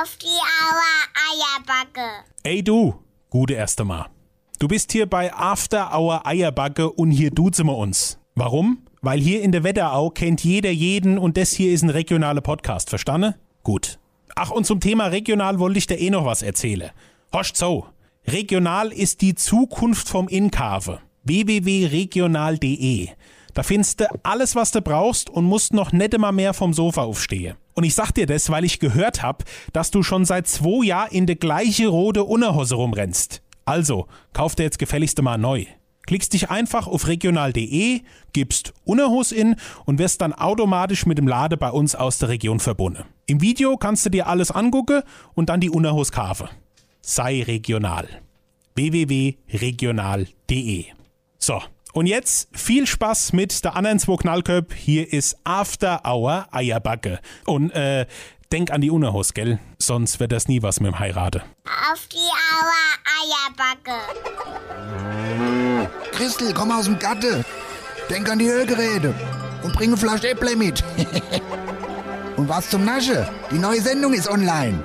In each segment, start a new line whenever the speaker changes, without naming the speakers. auf die Aua Eierbacke.
Ey du, gute erste Mal. Du bist hier bei After Hour Eierbacke und hier duzen wir uns. Warum? Weil hier in der Wetterau kennt jeder jeden und das hier ist ein regionaler Podcast, verstanden? Gut. Ach, und zum Thema regional wollte ich dir eh noch was erzählen. Hosch so. Regional ist die Zukunft vom Inkave. www.regional.de Da findest du alles, was du brauchst und musst noch nicht immer mehr vom Sofa aufstehen. Und ich sag dir das, weil ich gehört hab, dass du schon seit zwei Jahren in der gleiche rote Unterhose rumrennst. Also, kauf dir jetzt gefälligst mal neu. Klickst dich einfach auf regional.de, gibst Unerhus in und wirst dann automatisch mit dem Lade bei uns aus der Region verbunden. Im Video kannst du dir alles angucken und dann die Unerhus kaufen. Sei regional. www.regional.de E. So, und jetzt viel Spaß mit der anderen zwei Knallköp. Hier ist After Hour Eierbacke. Und äh, denk an die Unerhus, gell? Sonst wird das nie was mit dem Heirate.
Auf die Aua Eierbacke.
Christel, komm aus dem Gatte. Denk an die Ölgeräte. Und bringe Flasche Äpple mit. und was zum Nasche? Die neue Sendung ist online.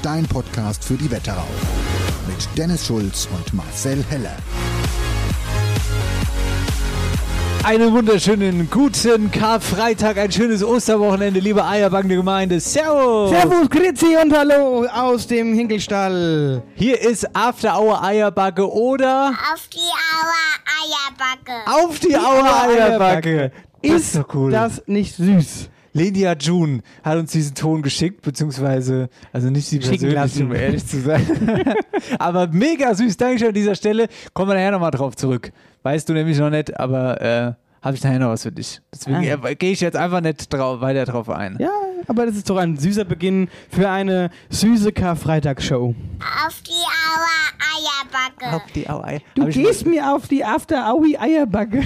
Dein Podcast für die Wetterau. Mit Dennis Schulz und Marcel Heller.
Einen wunderschönen guten Karfreitag, ein schönes Osterwochenende, liebe Eierbank der Gemeinde. Servus!
Servus, Grüezi und Hallo aus dem Hinkelstall.
Hier ist After Hour Eierbacke oder
Auf die Aua Eierbacke.
Auf die Hour Eierbacke. Das ist so cool.
das nicht süß?
Lydia June hat uns diesen Ton geschickt, beziehungsweise, also nicht sie
Schicken
persönlich,
lassen.
um ehrlich zu sein. aber mega süß, Dankeschön an dieser Stelle. Kommen wir nachher nochmal drauf zurück. Weißt du nämlich noch nicht, aber äh, habe ich nachher noch was für dich. Deswegen
Ah.
äh, gehe ich jetzt einfach nicht drau weiter drauf ein.
Ja, aber das ist doch ein süßer Beginn für eine süße Karfreitagsshow.
Auf die Aua Eierbacke.
Auf die Auei.
Du
Hab ich
gehst mir auf die After-Aui-Eierbacke.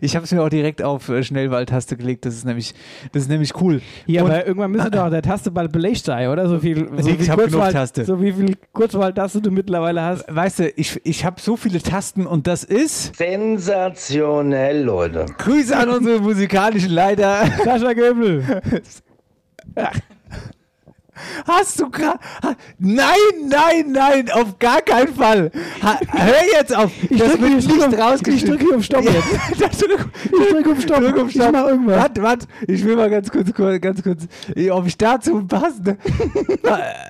Ich habe es mir auch direkt auf äh, Schnellwahltaste gelegt. Das ist nämlich, das ist nämlich cool.
Ja,
Und
aber irgendwann müsste doch der Taste bald belegt sein, oder? So viel, so
Nee,
viel
ich hab genug
Kurzwahl-
Taste.
So wie viel Kurzwahl-Taste du mittlerweile hast.
weißt du, ich, ich habe so viele Tasten und das ist.
Sensationell, Leute.
Grüße an unsere musikalischen Leiter.
Sascha Göbel.
Hast du gerade. Nein, nein, nein, auf gar keinen Fall. Ha, hör jetzt auf.
Ich drücke hier, Stopp. Ich drück hier auf Stopp jetzt.
jetzt.
Ich drücke auf Stopp.
Drück auf Stopp.
Ich mach irgendwas.
Warte, warte, ich will mal ganz kurz, kur- ganz kurz, eh, ob ich dazu passe. ne?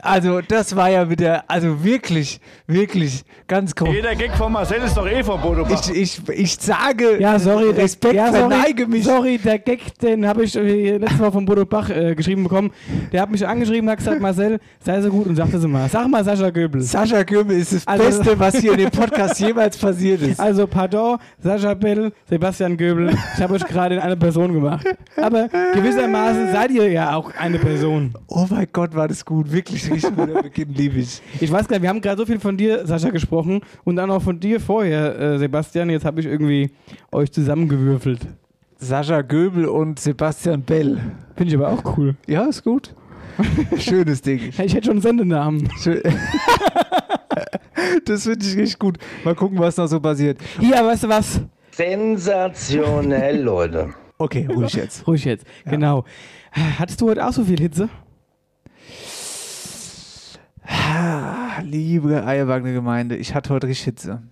also, das war ja wieder, also wirklich, wirklich, ganz grob.
Jeder Gag von Marcel ist doch eh von Bodo Bach.
Ich, ich, ich sage,
Ja, sorry, der-
Respekt,
ja, sorry,
verneige mich.
Sorry, der Gag, den habe ich äh, letztes Mal von Bodo Bach äh, geschrieben bekommen. Der hat mich angeschrieben, hat gesagt, Marcel, sei so gut und sagte sie mal. Sag mal Sascha Göbel.
Sascha Göbel ist das
Also-
Beste, was hier in dem Podcast jemals passiert ist.
also, pardon, Sascha Bell, Sebastian Göbel, ich habe euch gerade in eine Person gemacht. Aber gewissermaßen seid ihr ja auch eine Person.
Oh mein Gott, war das gut. Wirklich richtig guter Beginn, liebe ich.
Ich weiß gar nicht, wir haben gerade so viel von dir, Sascha, gesprochen und dann auch von dir vorher, äh, Sebastian. Jetzt habe ich irgendwie euch zusammengewürfelt.
Sascha Göbel und Sebastian Bell.
Finde ich aber auch cool.
Ja, ist gut. Schönes Ding.
Ich hätte schon einen Sendenamen.
Schön. Das finde ich richtig gut. Mal gucken, was noch so passiert.
Hier, weißt du was?
Sensationell, Leute.
Okay, ruhig jetzt.
Ruhig jetzt, genau. Hattest du heute auch so viel Hitze?
Ah, liebe Eierwagner Gemeinde, ich hatte heute richtig Hitze.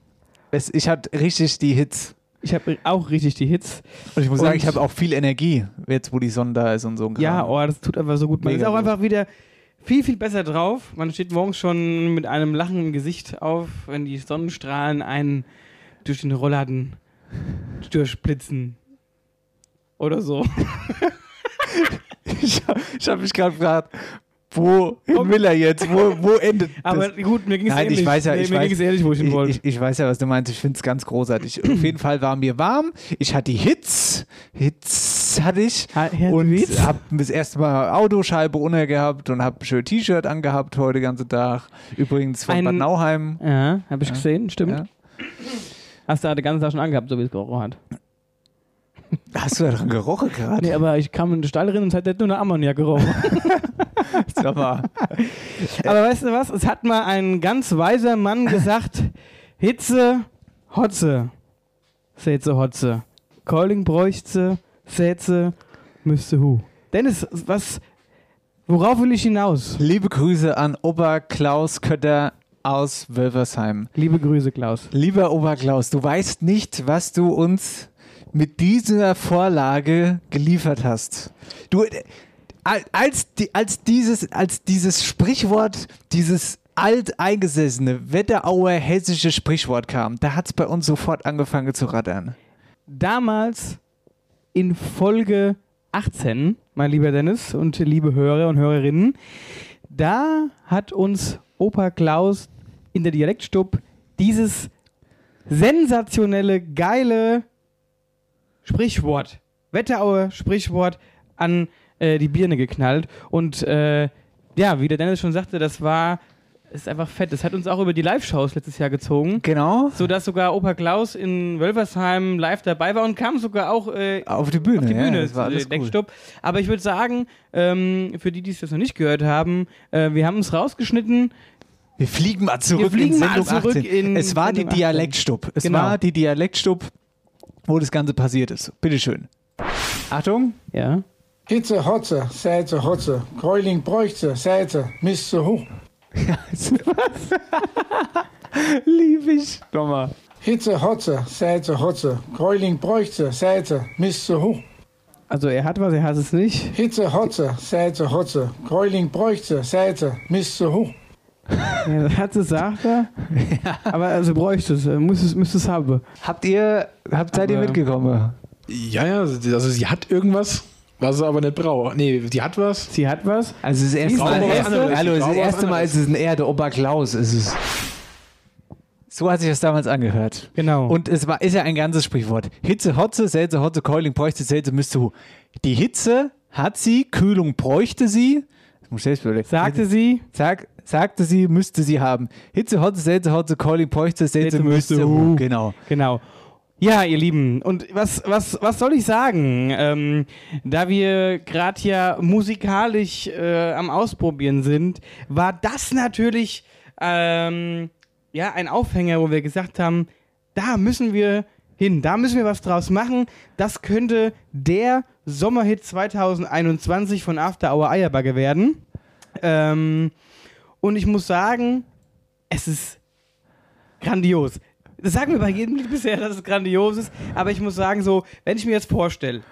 Es, ich hatte richtig die Hits.
Ich habe auch richtig die Hits.
Und ich muss
Und-
sagen, ich habe auch viel Energie, jetzt wo die Sonne da ist und so. ein
Ja,
Kram.
oh, das tut einfach so gut. Man
Mega
ist auch
gut.
einfach wieder viel, viel besser drauf. Man steht morgens schon mit einem Lachen im Gesicht auf, wenn die Sonnenstrahlen einen durch den Rollladen durchblitzen. Oder so.
Ich, hab- ich habe mich gerade gefragt, wo will er jetzt? Wo, wo endet
Aber
das?
gut, mir ging es
Nein,
ehrlich.
ich weiß ja,
Nee,
ich
mir
weiß-
ging es ehrlich, wo ich
Ich,
hin wollte.
ich, ich weiß ja, was du meinst. Ich finde es ganz großartig. Auf jeden Fall war mir warm. Ich hatte die Hits. Hits. Herz hatte ich
Ha- Herz-
und
Witz.
habe das erste Mal Autoscheibe unter gehabt und habe ein schönes T-Shirt angehabt heute den ganzen Tag. Übrigens von
Ein-
Bad Nauheim.
Ja, habe ich gesehen, stimmt.
Ja.
Hast du halt da den ganzen Tag schon angehabt, so wie es gerochen hat.
Hast du da dran gerochen gerade?
Nee, aber ich kam in den Stall rein und es hat nicht nur eine Ammoniak gerochen.
Sag mal.
aber weißt du was? Es hat mal ein ganz weiser Mann gesagt: Hitze, Hotze. Sätze, Hotze. Calling bräuchte, Sätze, müsste Hu. Dennis, was. Worauf will ich hinaus?
Liebe Grüße an Ober Klaus Kötter aus Wölversheim.
Liebe Grüße, Klaus.
Lieber Oberklaus, du weißt nicht, was du uns mit dieser Vorlage geliefert hast. Du, äh, al- als, die- als, dieses, als dieses Sprichwort, dieses alteingesessene, Wetterauer hessische Sprichwort kam, da hat es bei uns sofort angefangen zu rattern.
damals in Folge 18, mein lieber Dennis und liebe Hörer und Hörerinnen, da hat uns Opa Klaus in der Dialektstub dieses sensationelle, geile Sprichwort, Wetterauer Sprichwort an äh, die Birne geknallt. Und äh, ja, wie der Dennis schon sagte, das war, das ist einfach fett. Das hat uns auch über die Live-Shows letztes Jahr gezogen
Genau,
sodass sogar Opa Klaus in Wölfersheim live dabei war und kam sogar auch äh,
auf die Bühne.
auf die Bühne,
ja,
das
das war alles cool.
Deckstub. Aber ich würde sagen, ähm, für die, die es jetzt noch nicht gehört haben, äh, wir haben es rausgeschnitten.
Wir fliegen mal zurück
Wir fliegen
in
mal
Sendung
zurück
18.
in
es war
Sendung
die
18.
Dialektstub. Es
Genau.
war die Dialektstub, wo das Ganze passiert ist. Bitteschön. Achtung.
Ja.
Hitze, Hotze, Säze, Hotze, Gräuling, Bräuchze, Säze, Misse, Hu.
Lieb ich. Nochmal.
Hitze, Hotze, Säze, Hotze, Gräuling, Bräuchze, Säze, Misse, Hu.
Also er hat was, er hat es nicht.
Hitze, Hotze, Säze, Hotze, Gräuling, Bräuchze, Säze, Misse, Hu.
Er hat es, sagt er. Aber also bräuchte es, äh, muss es, müsste es haben.
Habt ihr, habt, seid ihr
Aber-
mitgekommen?
Ja, ja, also die- also sie hat irgendwas, was sie aber nicht braucht. Nee, die hat was.
Sie hat was.
Also das erste
brauchen
Mal,
was anderes.
hallo,
Die
das
brauchen was
erste Mal ist
anderes.
es ein Erde, Oberklaus ist es. So hat sich das damals angehört.
Genau.
Und es war, ist ja ein ganzes Sprichwort. Hitze, Hotze, Selze, Hotze, Keuling, bräuchte, Selze, müsste, hu. Die Hitze hat sie, Kühlung bräuchte sie. Das muss ich selbst überlegen.
sagte sie,
Sag, sagte sie, müsste sie haben. Hitze, Hotze, Selze, Hotze, Calling, Peuchte, Selze,
Selze,
müsste,
müsste,
hu.
hu.
Genau.
Genau. Ja, ihr Lieben, Hm, und was, was, was soll ich sagen? Ähm, da wir gerade ja musikalisch äh, am Ausprobieren sind, war das natürlich ähm, ja, ein Aufhänger, wo wir gesagt haben, da müssen wir hin, da müssen wir was draus machen. Das könnte der Sommerhit 2021 von After Hour Eierbagge werden. Ähm, und ich muss sagen, es ist grandios. Das sagen wir bei jedem Lied bisher, dass es grandios ist. Aber ich muss sagen, so, wenn ich mir jetzt vorstelle,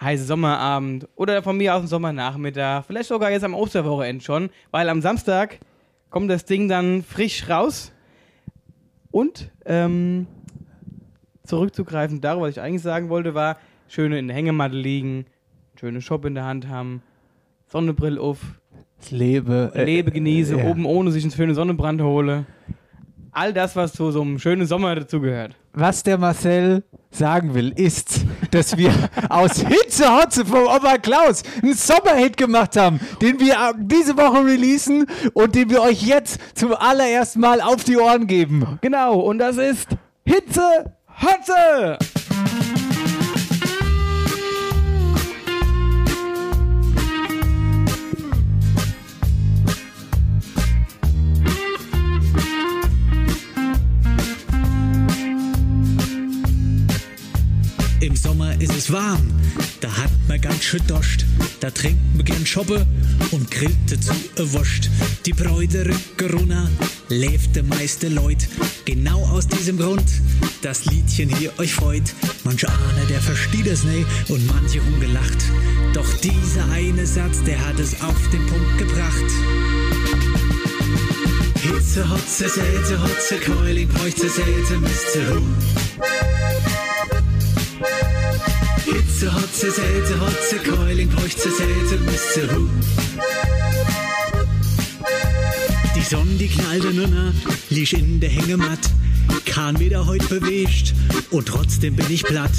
heiße Sommerabend oder von mir aus ein Sommernachmittag, vielleicht sogar jetzt am Osterwochenende schon, weil am Samstag kommt das Ding dann frisch raus. Und ähm, zurückzugreifen darauf, was ich eigentlich sagen wollte, war, schöne in der Hängematte liegen, schöne Shop in der Hand haben, Sonnenbrille auf,
Lebe. äh,
lebe, genieße,
ja.
oben ohne sich einen schönen Sonnenbrand hole. All das, was zu so einem schönen Sommer dazugehört.
Was der Marcel sagen will, ist, dass wir aus Hitze, Hotze vom Opa Klaus einen Sommerhit gemacht haben, den wir äh, diese Woche releasen und den wir euch jetzt zum allerersten Mal auf die Ohren geben.
Genau, und das ist Hitze Hotze!
Im Sommer ist es warm, da hat man ganz schön Dost. Da trinkt man gern Schoppe und grillt dazu eine Wurst. Die Bräutere Corona läuft der meiste Leut. Genau aus diesem Grund, das Liedchen hier euch freut. Manch einer, der versteht es nicht und manche rumgelacht. Doch dieser eine Satz, der hat es auf den Punkt gebracht. Hitze, Hotze, Säze, Hotze, Keuling, Bräuchte, Säze, Miste, Ruh. Hitze, Hotze, Säte, Hotze, Keuling, Bräuchte, Säte, Miste, Hu. Die Sonne, die knallte Nunner, liegt in der Hängematt. Kein Meter heute bewegt und trotzdem bin ich platt.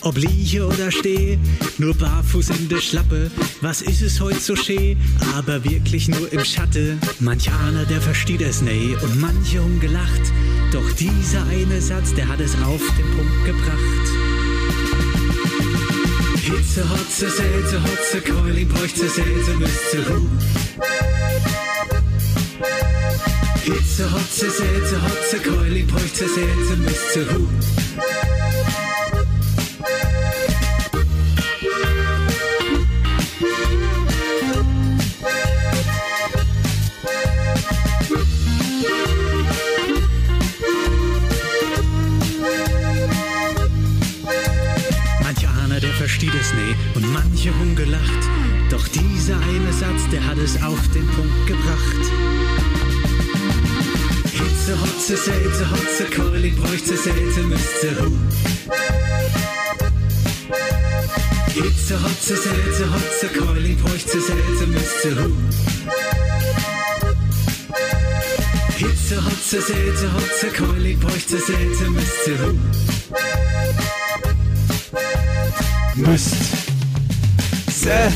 Ob liege oder stehe, nur barfuß in der Schlappe. Was ist es heute so schön, aber wirklich nur im Schatten. Manch einer, der versteht es nicht und manche haben gelacht. Doch dieser eine Satz, der hat es auf den Punkt gebracht. Hitze, Hotze, Selze, Hotze, Keuling, Bräuchte, Selze, Müsste, Ruh. Hitze, Hotze, Selze, Hotze, Keuling, Bräuchte, Selze, Müsste, Ruh. Manch einer, der versteht es nie und manche haben gelacht. Doch dieser eine Satz, der hat es auf den Punkt gebracht. Hitze, Hotze, Selze, Hotze, Keulig, Bräuchte, Selze, Müsste, Hu. Hitze, Hotze, Selze, Hotze, Keulig, Bräuchte, Selze, Müsste, Hu. Hitze, Hotze, Selze, Hotze, Keulig, Bräuchte, Selze, Müsste, Hu.
Müsst.
Se.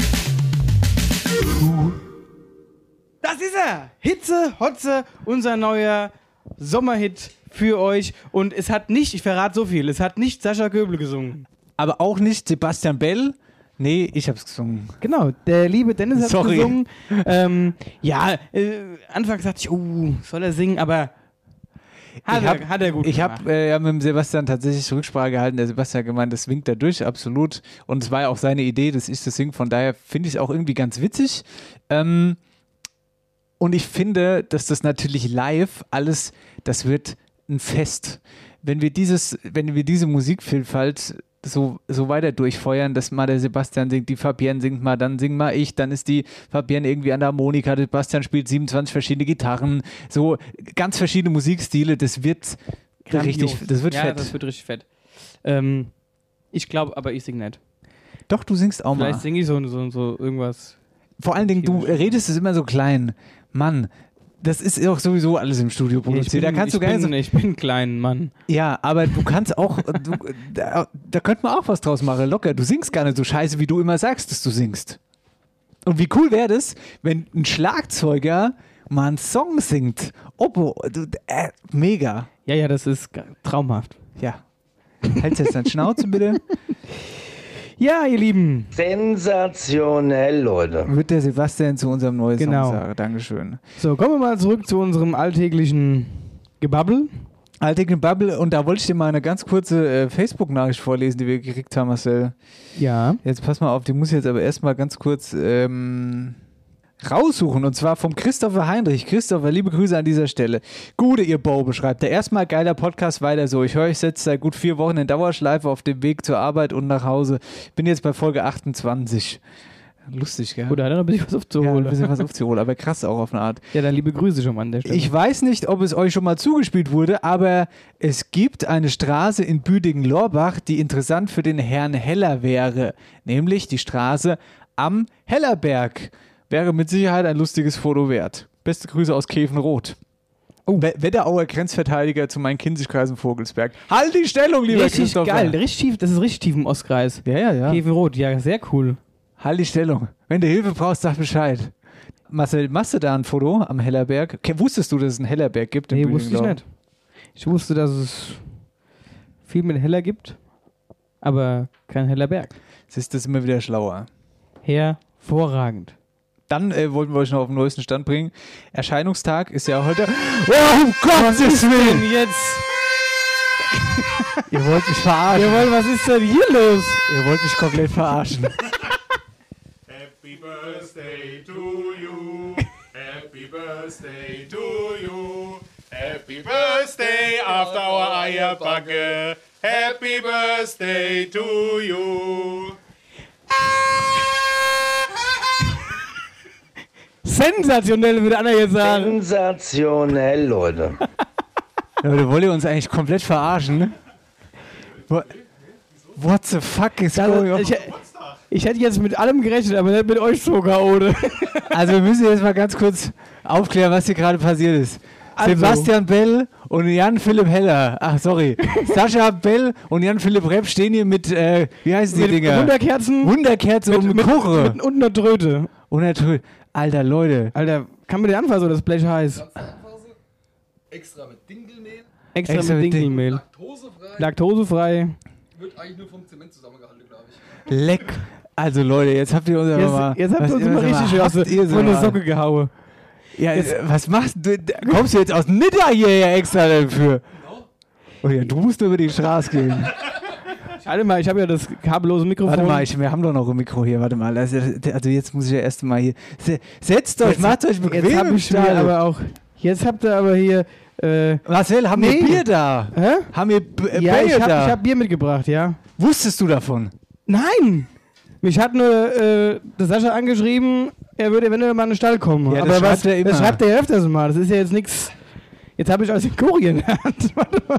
Das ist er! Hitze, Hotze, unser neuer Sommerhit für euch. Und es hat nicht, ich verrate so viel, es hat nicht Sascha Göbel gesungen.
Aber auch nicht Sebastian Bell. Nee, ich hab's gesungen.
Genau, der liebe Dennis hat
Sorry.
gesungen. Ähm, ja, äh, anfangs dachte ich, oh, soll er singen, aber hat,
ich hab,
er, hat er gut
Ich
gemacht.
habe äh, ja, mit dem Sebastian tatsächlich Rücksprache gehalten. Der Sebastian hat gemeint, das winkt da durch, absolut. Und es war ja auch seine Idee, dass ich das singe. Von daher finde ich es auch irgendwie ganz witzig. Ähm, und ich finde, dass das natürlich live alles, das wird ein Fest. Wenn wir dieses, wenn wir diese Musikvielfalt so, so weiter durchfeuern, dass mal der Sebastian singt, die Fabienne singt mal, dann sing mal ich, dann ist die Fabienne irgendwie an der Harmonika, der Sebastian spielt 27 verschiedene Gitarren, so ganz verschiedene Musikstile, das wird
Grandios.
richtig, das wird
ja,
fett.
das wird richtig fett. Ähm, ich glaube, aber ich singe nicht.
Doch, du singst auch mal.
Vielleicht singe ich so, so, so irgendwas.
Vor allen Dingen, du redest es immer so klein. Mann, das ist auch sowieso alles im Studio
Ich
produziert.
bin,
da kannst
ich,
du gar nicht so
bin, ich bin klein, Mann.
Ja, aber du kannst auch, äh, du, da, da könnte man auch was draus machen, locker. Du singst gar nicht so scheiße, wie du immer sagst, dass du singst. Und wie cool wäre das, wenn ein Schlagzeuger mal einen Song singt? Oppo, du, äh, mega.
Ja, ja, das ist ga- traumhaft.
Ja. Halt jetzt dein Schnauze bitte.
Ja, ihr Lieben.
Sensationell, Leute.
Wird der Sebastian zu unserem neuen
Genau.
Song sagen. Dankeschön.
So, kommen wir mal zurück zu unserem alltäglichen Gebabbel.
Alltäglichen Bubble, und da wollte ich dir mal eine ganz kurze äh, Facebook-Nachricht vorlesen, die wir gekriegt haben, Marcel.
Ja.
Jetzt pass mal auf, die muss ich jetzt aber erstmal ganz kurz ähm, raussuchen. Und zwar vom Christopher Heinrich. Christopher, liebe Grüße an dieser Stelle. Gute, ihr Bobe, schreibt er. Erstmal geiler Podcast weiter so. Ich höre euch jetzt seit gut vier Wochen in Dauerschleife auf dem Weg zur Arbeit und nach Hause. Bin jetzt bei Folge 28. Lustig, gell?
Gut, da hat er noch ein bisschen was
ja, ein
aufzuholen.
bisschen was aufzuholen, aber krass auch auf eine Art.
Ja, dann liebe Grüße schon mal an der Stelle.
Ich weiß nicht, ob es euch schon mal zugespielt wurde, aber es gibt eine Straße in Büdingen-Lorbach, die interessant für den Herrn Heller wäre, nämlich die Straße am Hellerberg. Wäre mit Sicherheit ein lustiges Foto wert. Beste Grüße aus Kävenroth.
Oh.
We- Wetterauer Grenzverteidiger zu meinen Kinzigkreisen Vogelsberg. Halt die Stellung, lieber
richtig
Christopher.
geil, richtig tief, das ist richtig tief im Ostkreis.
Ja, ja, ja.
Käfenrot, ja, sehr cool.
Halt die Stellung. Wenn du Hilfe brauchst, sag Bescheid. Marcel, machst du da ein Foto am Hellerberg? Ke- Wusstest du, dass es einen Hellerberg gibt? in
Nee,
Büdingen,
wusste ich
glaub?
nicht. Ich wusste, dass es viel mit Heller gibt, aber kein heller Berg.
Siehst du, das ist immer wieder schlauer.
Hervorragend.
Dann äh, wollten wir euch noch auf den neuesten Stand bringen. Erscheinungstag ist ja heute. Oh, um Gottes Willen!
Jetzt,
Ihr wollt mich verarschen.
jawohl, was ist denn hier los?
Ihr wollt mich komplett verarschen.
Happy Birthday to you. Happy Birthday to you. Happy Birthday, After Eierbacke. Happy Birthday to you.
Sensationell, würde Anna jetzt sagen.
Sensationell, Leute.
Leute, wollt ihr uns eigentlich komplett verarschen? ne? Wo- What the fuck is going on?
Ich, ich hätte jetzt mit allem gerechnet, aber nicht mit euch so K.O.
Also, wir müssen jetzt mal ganz kurz aufklären, was hier gerade passiert ist.
Also.
Sebastian Bell und Jan-Philipp Heller. Ach, sorry. Sascha Bell und Jan-Philipp Repp stehen hier mit, äh, wie heißen die
Mit
Dinger?
Wunderkerzen.
Wunderkerzen
Mit-
und
mit-
Kuchen.
mit- und einer Tröte.
Und einer Tröte. Alter, Leute.
Alter, kann mir der Anfall so das Blech heiß?
Extra mit Dinkelmehl.
Extra, mit Dinkelmehl.
Laktosefrei.
Laktosefrei.
Wird eigentlich nur vom Zement zusammengehalten, glaube ich.
Leck. Also, Leute, jetzt habt ihr uns aber
Jetzt-
mal.
jetzt habt ihr
was-
uns mal
was-
richtig
habt
aus-
ihr so
von der
mal-
Socke gehauen.
Ja,
Jetzt-
äh, was machst du? d- Kommst du jetzt aus Nidda hierher extra dafür? Oh ja, du musst über die Straße gehen.
Warte mal, ich habe ja das kabellose Mikrofon.
Warte mal, ich, wir haben doch noch ein Mikro hier. Warte mal, also, also jetzt muss ich ja erst mal hier. Se- Setzt euch,
Jetzt-
macht euch bequem.
Jetzt hab
im
ich mir
Stall.
aber auch. Jetzt habt ihr aber hier. Äh,
Marcel, haben wir Bier da?
Hä?
Haben wir B
ja,
Bier
ich hab,
da?
Ich hab Bier mitgebracht, ja.
Wusstest du davon?
Nein! Mich hat nur äh, der Sascha angeschrieben, er würde eventuell mal in den Stall kommen.
Ja, das schreibt er immer.
Das schreibt er ja öfters mal. Das ist ja jetzt nichts. Jetzt habe ich alles in Kurien in der Hand. Warte mal.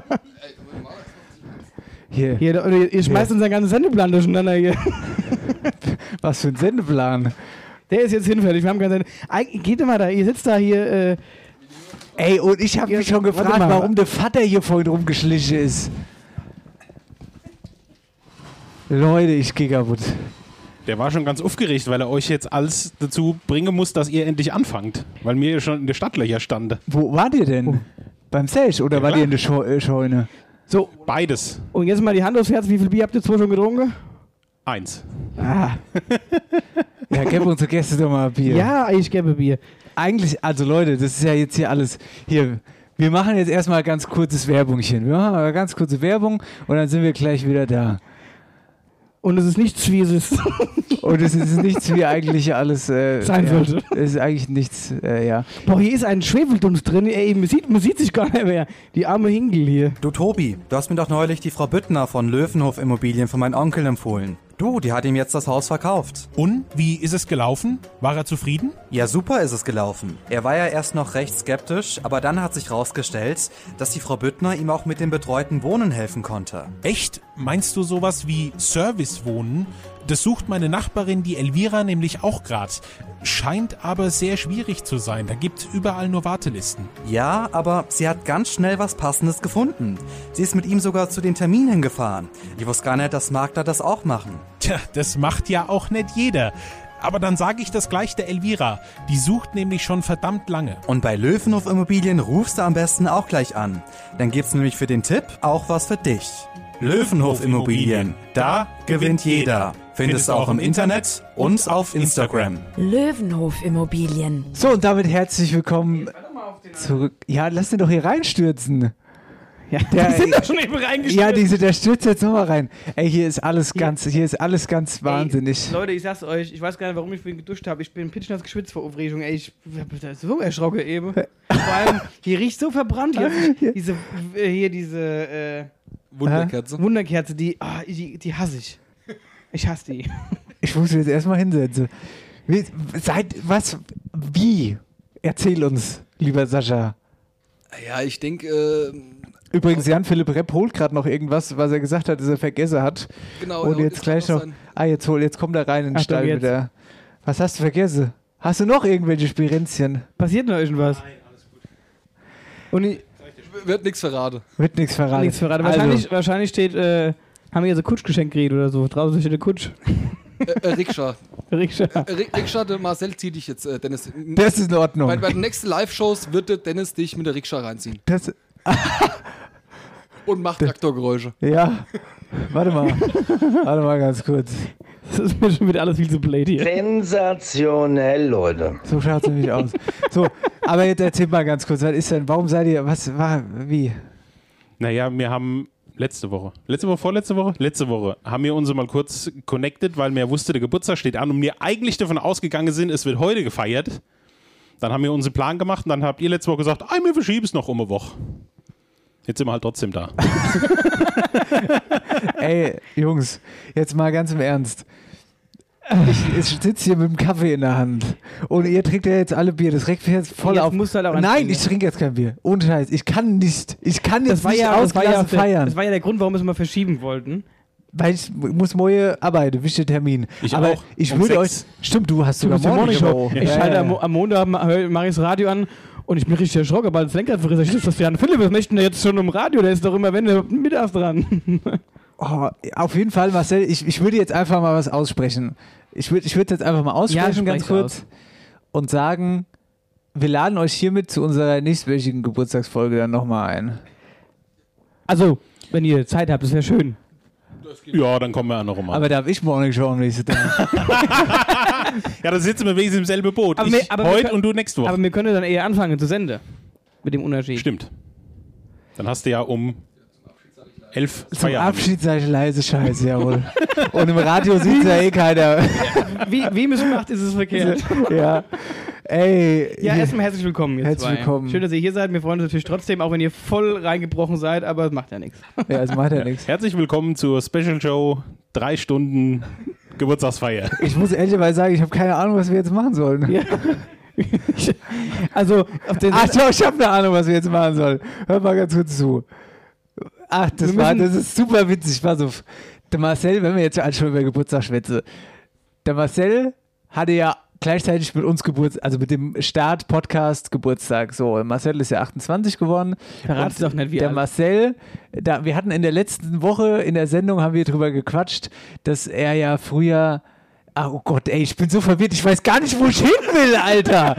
Hier.
Hier, oder ihr, ihr schmeißt unseren ganzen Sendeplan durcheinander hier.
Was für ein Sendeplan.
Der ist jetzt hinfällig. Wir haben keinen Sendeplan. Eig- Geht doch mal da, ihr sitzt da hier. Äh,
Ey, und ich habe mich schon gefragt, warum der Vater hier vorhin rumgeschlichen ist. Leute, ich gehe kaputt.
Der war schon ganz aufgeregt, weil er euch jetzt alles dazu bringen muss, dass ihr endlich anfangt. Weil mir schon in der Stadtlöcher stand.
Wo wart ihr
Oh.
denn? Beim Sage oder wart ihr in der Scheu äh, Scheune?
So.
Beides.
Und jetzt mal die Hand aufs Herz, wie viel Bier habt ihr zwei schon getrunken?
Eins.
Ah. ja, gib unsere Gäste doch mal Bier.
Ja, ich gebe Bier.
Eigentlich, also Leute, das ist ja jetzt hier alles. Hier, wir machen jetzt erstmal ganz kurzes Werbungchen. Wir machen aber ganz kurze Werbung und dann sind wir gleich wieder da.
Und es ist nichts Schwieriges.
Und es ist nichts, wie eigentlich alles äh,
Sein
ja,
sollte.
Es ist eigentlich nichts, äh, ja.
Boah, hier ist ein Schwefeldunst drin. Ey, man sieht, man sieht sich gar nicht mehr. Die arme Hingel hier.
Du Tobi, du hast mir doch neulich die Frau Büttner von Löwenhof Immobilien von meinem Onkel empfohlen. Du, die hat ihm jetzt das Haus verkauft.
Und wie ist es gelaufen? War er zufrieden?
Ja, super ist es gelaufen. Er war ja erst noch recht skeptisch, aber dann hat sich rausgestellt, dass die Frau Büttner ihm auch mit dem betreuten Wohnen helfen konnte.
Echt? Meinst du sowas wie Servicewohnen? Das sucht meine Nachbarin, die Elvira, nämlich auch gerade. Scheint aber sehr schwierig zu sein. Da gibt's überall nur Wartelisten.
Ja, aber sie hat ganz schnell was Passendes gefunden. Sie ist mit ihm sogar zu den Terminen gefahren. Ich wusste gar nicht, dass Makler das auch machen.
Tja, das macht ja auch nicht jeder. Aber dann sage ich das gleich der Elvira. Die sucht nämlich schon verdammt lange.
Und bei Löwenhof Immobilien rufst du am besten auch gleich an. Dann gibt's nämlich für den Tipp auch was für dich. Löwenhof Immobilien. Da gewinnt jeder. Findest du auch im Internet und auf Instagram.
Löwenhof Immobilien.
So, und damit herzlich willkommen zurück. Ja, lass den doch hier reinstürzen. Ja,
die sind doch schon eben reingestürzt.
Ja, diese, der stürzt jetzt nochmal rein. Ey, hier ist alles ganz, hier ist alles ganz wahnsinnig.
Leute, ich sag's euch, ich weiß gar nicht, warum ich mich geduscht habe. Ich bin pitschnass geschwitzt vor Aufregung. Ey, ich hab da so erschrocken eben. Vor allem, hier riecht so verbrannt jetzt. Diese, äh, hier diese äh,
Wunderkerze.
Wunderkerze, die, ah, die, die hasse ich. Ich hasse die.
Ich muss mich jetzt erstmal hinsetzen. Wie- Seit was, wie? Erzähl uns, lieber Sascha.
Ah Ja, ich denke, äh,
Übrigens, Jan-Philipp Repp holt gerade noch irgendwas, was er gesagt hat, dass er vergessen hat.
Genau,
Und
ja,
jetzt
jetzt
gleich
kann noch
noch. Ah, jetzt hol, jetzt kommt er rein in den
Achtung,
Stall
jetzt.
mit der. Was hast du vergessen? Hast du noch irgendwelche Spirenzchen?
Passiert noch irgendwas? Nein, Und ich,
wird nichts verraten.
Wird nichts verraten.
nichts verraten.
Also-
Wahrscheinlich, wahrscheinlich steht, äh, haben wir ja so Kutschgeschenk geredet oder so. Draußen steht eine Kutsch.
Äh, äh, Rikscha.
Rikscha.
Äh, Ri- Rikscha, der Marcel zieht dich jetzt, äh, Dennis.
Das ist in Ordnung.
Bei, bei den nächsten Live-Shows wird der Dennis dich mit der Rikscha reinziehen.
Das,
Und macht Traktorgeräusche.
ja. Warte mal. Warte mal ganz kurz.
Das ist mir schon wieder alles viel zu blöd hier.
Sensationell, Leute.
So schaut es nämlich aus. So, aber jetzt erzähl mal ganz kurz, was ist denn, warum seid ihr, was war, wie?
Naja, wir haben letzte Woche, letzte Woche, vorletzte Woche, letzte Woche, haben wir uns mal kurz connected, weil mir wusste, der Geburtstag steht an und wir eigentlich davon ausgegangen sind, es wird heute gefeiert. Dann haben wir unseren Plan gemacht und dann habt ihr letzte Woche gesagt, ah, wir verschieben es noch um eine Woche. Jetzt sind wir halt trotzdem da.
Ey, Jungs, jetzt mal ganz im Ernst. Ich, ich sitze hier mit dem Kaffee in der Hand und ihr trinkt ja jetzt alle Bier. Das regt mich jetzt voll
Jetzt
auf.
musst du halt auch
Nein,
anfangen,
ich
ja.
trinke jetzt kein Bier. Ohne Scheiß. Ich kann nicht. Ich kann jetzt
Das war,
nicht
ja, das, war ja
ausgelassen
auch der,
feiern.
das war ja der Grund, warum wir es mal verschieben wollten.
weil ich muss morgen arbeiten, wichtiger Termin.
Ich
Aber
auch.
ich
Um
würde euch.
sechs.
Stimmt, du hast sogar
bist die
morgen
Morningshow.
Show.
Ich schalte am, am Montag, ma- hör- mach ich das Radio an Und ich bin richtig erschrocken, aber das Lenkrad verrissen. Ich dachte, das Jan Philipp, was möchten der jetzt schon im Radio? Der ist doch immer, wenn, der mittags dran.
Oh, auf jeden Fall, Marcel, ich, ich würde jetzt einfach mal was aussprechen. Ich würde ich würde jetzt einfach mal aussprechen, ganz
sprech's
kurz,
aus.
und sagen, wir laden euch hiermit zu unserer nächstwöchigen Geburtstagsfolge dann nochmal ein.
Also, wenn ihr Zeit habt, das wäre schön.
Ja, dann kommen wir auch noch um mal.
Aber da habe ich morgen schon um nächste Tag.
ja, da sitzen wir wenigstens im selben Boot. ich
wir- aber wir
heute
können-
und du nächste Woche.
Aber wir können dann eher anfangen zu senden. Mit dem Unterschied.
Stimmt. Dann hast du ja um elf
Zum
Feierabend.
Abschied sage ich leise Scheiße, jawohl. Und im Radio sieht ja eh keiner.
Wie, wie missmacht ist es verkehrt?
ja. Ey.
Ja, erstmal herzlich willkommen. Ihr
Herzlich
zwei.
willkommen.
Schön, dass ihr hier seid. Wir freuen uns natürlich trotzdem, auch wenn ihr voll reingebrochen seid, aber es macht ja nichts.
Ja, also macht ja nichts.
Herzlich willkommen zur Special Show. Drei Stunden Geburtstagsfeier.
Ich muss ehrlicherweise sagen, ich habe keine Ahnung, was wir jetzt machen sollen.
also, auf den
Ach doch, ich habe eine Ahnung, was wir jetzt machen sollen. Hör mal ganz kurz zu. Ach, das,
Wir
war, das
müssen-
ist super witzig. Pass auf. Der Marcel, wenn wir jetzt schon über Geburtstag schwätze. Der Marcel hatte ja gleichzeitig mit uns Geburtstag, also mit dem Start-Podcast Geburtstag. So, Marcel ist ja 28 geworden.
Verrat's
Und
doch nicht, wie
Der
alt.
Marcel, da, wir hatten in der letzten Woche in der Sendung, haben wir drüber gequatscht, dass er ja früher... Ah, oh Gott, ey, ich bin so verwirrt, ich weiß gar nicht, wo ich hin will, Alter.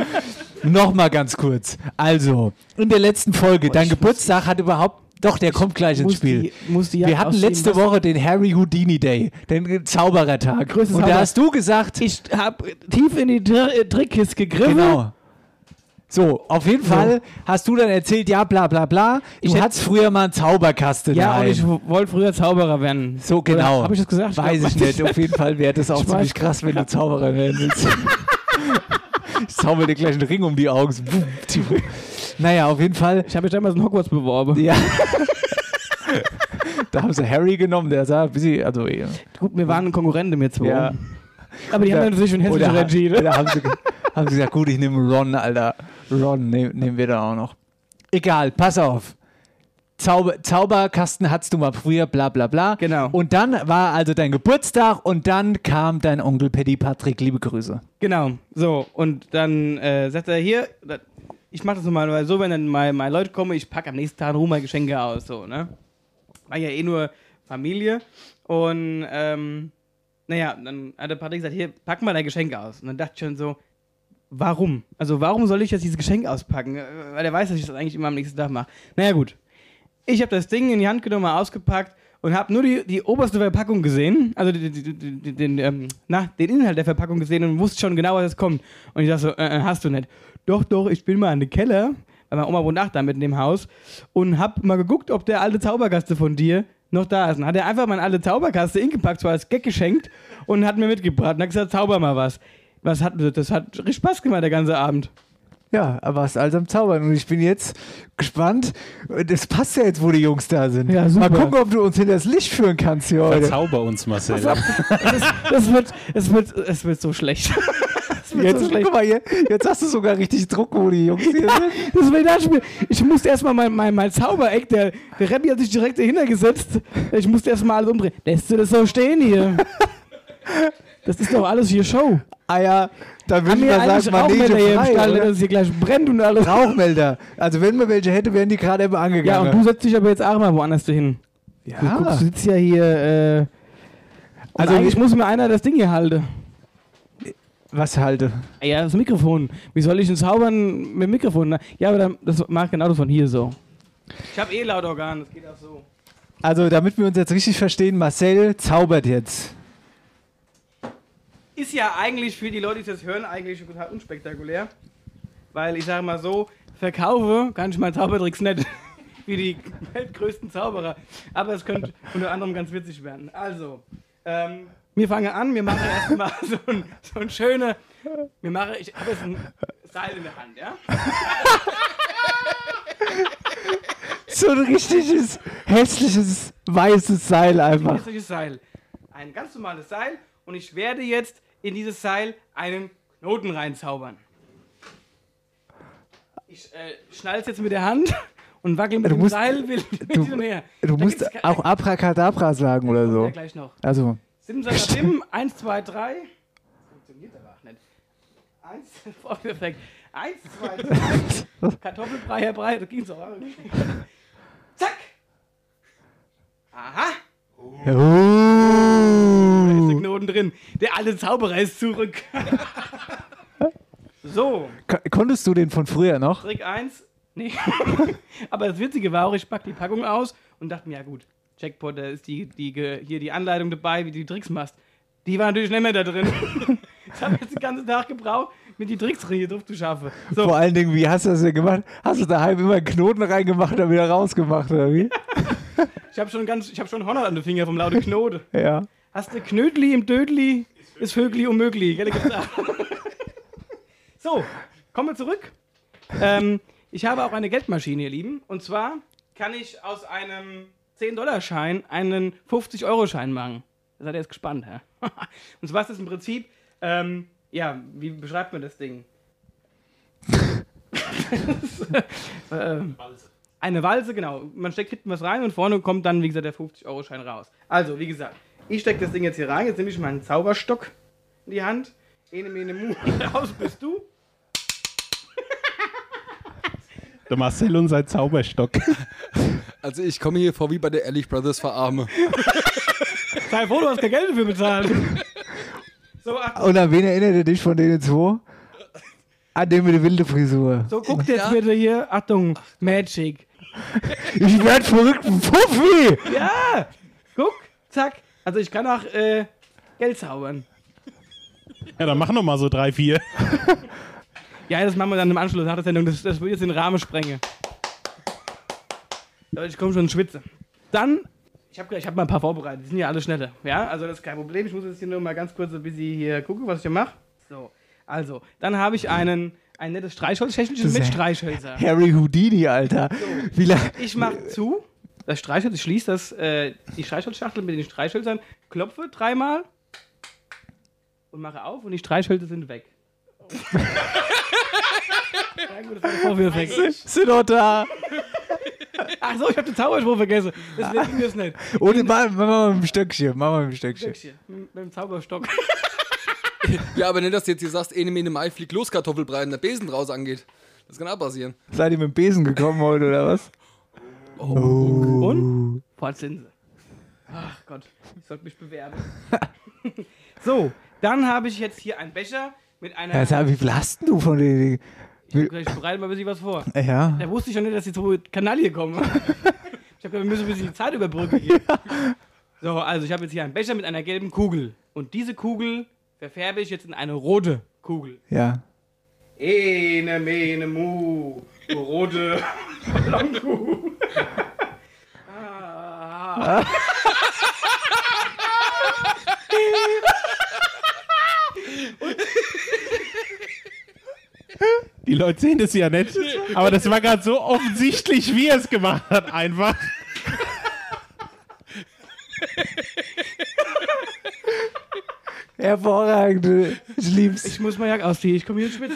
Nochmal ganz kurz. Also, in der letzten Folge, dein Geburtstag hat überhaupt. Doch, der kommt gleich ins
muss
Spiel.
die- muss die
Wir
Jacke
hatten
ausziehen,
letzte
was-
Woche den Harry Houdini Day, den Zauberertag.
Größtes
Und da
Zauber-
hast du gesagt.
Ich habe tief in die Tr äh, Trickkiste gegriffen.
Genau. So, auf jeden Fall hast du dann erzählt, ja, bla, bla, bla. Du hattest früher mal einen Zauberkasten.
Ja, und
daheim.
ich wollte früher Zauberer werden.
So, genau.
Habe ich das gesagt?
Weiß
glaub,
ich nicht. Auf jeden Fall wäre das auch
Ich weiß-
ziemlich krass, wenn du Zauberer werden willst. ich zauber dir gleich einen Ring um die Augen. So, boom, tschü. naja, auf jeden Fall.
Ich habe mich damals in Hogwarts beworben.
Ja. da haben sie Harry genommen, der sah ein bisschen, also eh.
Gut, wir waren Konkurrenten mit zwei.
Ja.
Aber die haben dann sich für den
Oder-
hessischen Regie. ne?
oder haben sie, ge- haben sie gesagt, gut, ich nehme Ron, Alter. Ron nehm, nehmen wir da auch noch. Egal, pass auf. Zauber, Zauberkasten hattest du mal früher, bla bla bla. Genau. Und dann war also dein Geburtstag und dann kam dein Onkel Paddy Patrick, liebe Grüße.
Genau, so. Und dann äh, sagt er hier, da- ich mache das normalerweise so, wenn dann mal meine Leute kommen, ich packe am nächsten Tag in Ruhe meine Geschenke aus, so, ne? War ja eh nur Familie. Und, ähm, naja, dann hat der Patrick gesagt, hier, pack mal dein Geschenk aus. Und dann dachte ich schon so, warum? Also, warum soll ich jetzt dieses Geschenk auspacken? Äh, Weil er weiß, dass ich das eigentlich immer am nächsten Tag mache. Naja, gut. Ich habe das Ding in die Hand genommen, mal ausgepackt und habe nur die, die oberste Verpackung gesehen, also die, die, die, die, den, ähm, na, den Inhalt der Verpackung gesehen und wusste schon genau, was es kommt. Und ich dachte so, äh, äh, hast du nicht. Doch, doch, ich bin mal in den Keller, weil meine Oma wohnt auch da mitten im Haus und habe mal geguckt, ob der alte Zauberkasten von dir noch da ist. Und hat er einfach meinen alte Zauberkasten ingepackt, so als Gag geschenkt und hat mir mitgebracht und hat gesagt, zauber mal was. Was hat, das hat richtig Spaß gemacht, der ganze Abend.
Ja, aber warst also am Zaubern und ich bin jetzt gespannt. Das passt ja jetzt, wo die Jungs da sind.
Ja, super.
Mal gucken, ob du uns hinter das Licht führen kannst
Oh,
hier heute.
Verzauber uns, Marcel.
Das wird, es wird, es wird so schlecht. Es wird
Jetzt,
so schlecht.
guck mal, hier, jetzt hast du sogar richtig Druck, wo die Jungs hier
Ja,
sind.
deswegen dachte ich mir, ich musste erstmal mein, mein, mein Zaubereck, der, der Rebbi hat sich direkt dahinter gesetzt. Ich musste erstmal alles umdrehen. Lässt du das so stehen hier? Das ist doch alles hier Show.
Ah ja, dann
Haben
würde ich
wir
mal
eigentlich
sagen, Manege
Rauchmelder hier im
frei,
Stall, ne?
oder?
dass es hier gleich brennt und alles.
Rauchmelder. Also wenn wir welche hätte, wären die gerade eben
Ja,
angegangen. ne?
und du setzt dich aber jetzt auch mal woanders hin. Ja. Du, guckst, du sitzt ja hier, äh, also
Also
eigentlich
wir-
muss mir einer das Ding hier halten.
Was halte?
Ja, das Mikrofon. Wie soll ich denn zaubern mit dem Mikrofon? Na, Ja, aber dann, das mach genau das von hier so. Ich habe eh laut Organ, das geht auch so.
Also damit wir uns jetzt richtig verstehen, Marcel zaubert jetzt.
Ist ja eigentlich für die Leute, die das hören, eigentlich total unspektakulär. Weil ich sage mal so, verkaufe kann ich meine Zaubertricks nicht. Wie die weltgrößten Zauberer. Aber es könnte unter anderem ganz witzig werden. Also, ähm, wir fangen an, wir machen erstmal so ein, so ein schöne. Wir machen, ich habe jetzt ein Seil in der Hand, ja?
So ein richtiges, hässliches, weißes Seil einfach.
Ein solches Seil. Ein ganz normales Seil und ich werde jetzt in dieses Seil einen Knoten reinzaubern. Ich äh, schnall es jetzt mit der Hand und wackel mit
Du
dem
musst-
Seil wild
du-
hin und her.
Du
Da
musst
gibt's ke-
auch Abracadabra sagen oder so.
ja gleich noch.
Also,
Simsalabim, 1, 2, 3. Funktioniert aber auch nicht. 1, perfekt. Eins, zwei, drei. Kartoffelbrei, Herr Brei, das ging so. Zack! Aha! Da ist der Knoten drin. Der alte Zauberer ist zurück. so,
Ko- Konntest du den von früher noch?
Trick 1. Nee. Aber das Witzige war auch, ich pack die Packung aus und dachte mir, ja gut, Jackpot, da ist die, die, ge- hier die Anleitung dabei, wie du die Tricks machst. Die war natürlich nicht mehr da drin. ich habe jetzt den ganzen Tag gebraucht, mir die Tricks hier drauf zu schaffen. So,
Vor allen Dingen, wie hast du das denn gemacht? Hast du daheim immer einen Knoten reingemacht und wieder rausgemacht, oder wie?
ich habe schon ganz, ich habe schon Honor an den Finger vom laute Knote.
Ja.
Hast du Knödli im Dödli, ist Vögli unmöglich. Gell, gibt's auch. so, kommen wir zurück. Ähm, ich habe auch eine Geldmaschine, ihr Lieben. Und zwar kann ich aus einem 10-Dollar-Schein einen 50-Euro-Schein machen. Da seid ihr jetzt gespannt, hä? Und zwar ist das im Prinzip, ähm, ja, wie beschreibt man das Ding? ähm, eine Walze, genau. Man steckt hinten was rein und vorne kommt dann, wie gesagt, der 50-Euro-Schein raus. Also, wie gesagt, ich stecke das Ding jetzt hier rein. Jetzt nehme ich meinen Zauberstock in die Hand. Ene, mene, mu. Raus bist du.
Der Marcel und sein Zauberstock.
Also ich komme hier vor wie bei der Ehrlich Brothers Verarme.
Sei froh, du hast kein Geld dafür bezahlt. So, Achtung.
Und an wen erinnert er dich von denen zwei? An den mit der wilden Frisur.
So, guckt jetzt bitte hier. Achtung, Magic.
Ich werd verrückt, Puffi!
Ja! Guck, zack. Also ich kann auch äh, Geld zaubern.
Ja, dann mach noch mal so drei, vier.
Ja, das machen wir dann im Anschluss nach der Sendung. Das, das wird jetzt den Rahmen sprengen. Leute, ich komme schon in Schwitze. Dann, ich habe ich hab mal ein paar vorbereitet. Die sind ja alle schneller. Ja, also das ist kein Problem. Ich muss jetzt hier nur mal ganz kurz ein bisschen hier gucken, was ich hier mache. So, also, dann habe ich einen, ein nettes Streichholzschächtelchen
Das ist
mit
ja
Streichhölzer.
Harry Houdini, Alter. Wie lange.
Ich mache zu, das Streichholz, ich schließe das, äh, die Streichholzschachtel mit den Streichhölzern, klopfe dreimal und mache auf und die Streichhölzer sind weg. ja, gut, das war der Vorwurf weg.
Sind doch da.
Ach so, ich habe den Zauberspruch vergessen.
Ah.
Deswegen ging das nicht.
Ohne, mach, mach mal mit dem Stöckchen, mach mal mit dem Stöckchen.
Stöckchen, mit mit dem Zauberstock.
ja, aber nicht, dass du jetzt hier sagst, Ene Mene Mai fliegt los, Kartoffelbrei und der Besen draus angeht. Das kann auch passieren.
Seid ihr mit dem Besen gekommen heute, oder was? Oh.
Und? Fortzinse. Ach Gott, ich sollte mich bewerben. so, dann habe ich jetzt hier einen Becher mit einer.
Ja, sag, wie viel hast denn du von denen? Wie-
Ich bereite mal ein bisschen was vor.
äh, Ja.
Da wusste ich schon nicht, dass die zwei Kanaille kommen. ich habe gedacht, wir müssen ein bisschen die Zeit überbrücken hier. So, also ich habe jetzt hier einen Becher mit einer gelben Kugel. Und diese Kugel verfärbe ich jetzt in eine rote Kugel.
Ja.
Ene, mene, mu, du rote Ballonkuh. ah.
Die Leute sehen das ja nicht. Aber das war gerade so offensichtlich, wie er es gemacht hat, einfach.
Hervorragend. Ich lieb's.
Ich muss mal Jagd ausziehen, ich komme hier in Schwitz.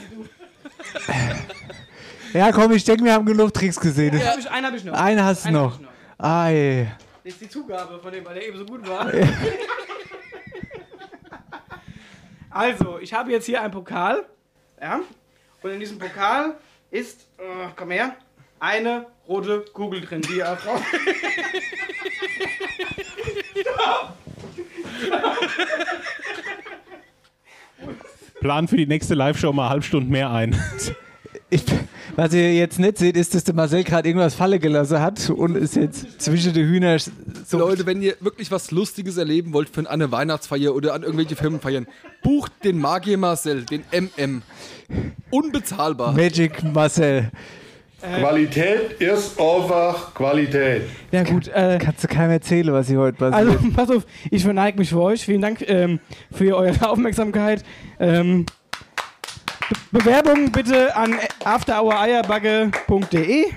Ja, komm, ich denke, wir haben genug Tricks gesehen.
Ja, hab ich- einen hab ich noch.
Einen hast du
Einen
noch. Ei.
Das ist die Zugabe von dem, weil der eben so gut war. also, ich habe jetzt hier einen Pokal. Ja. Und in diesem Pokal ist, äh, komm her, eine rote Kugel drin, die er braucht.
Plan für die nächste Live-Show mal halb Stunde mehr ein.
Ich, was ihr jetzt nicht seht, ist, dass der Marcel gerade irgendwas Falle gelassen hat und ist jetzt zwischen den Hühner. So
Leute, wenn ihr wirklich was Lustiges erleben wollt für eine Weihnachtsfeier oder an irgendwelche Firmenfeiern, bucht den Magier Marcel, den MM. Unbezahlbar.
Magic Marcel.
Qualität ist einfach Qualität.
Ja gut, äh,
Kannst du keinem erzählen, was hier heute passiert.
also pass auf, ich verneige mich vor euch. Vielen Dank ähm, für eure Aufmerksamkeit. Ähm, Be Bewerbung bitte an afterhoureierbagge.de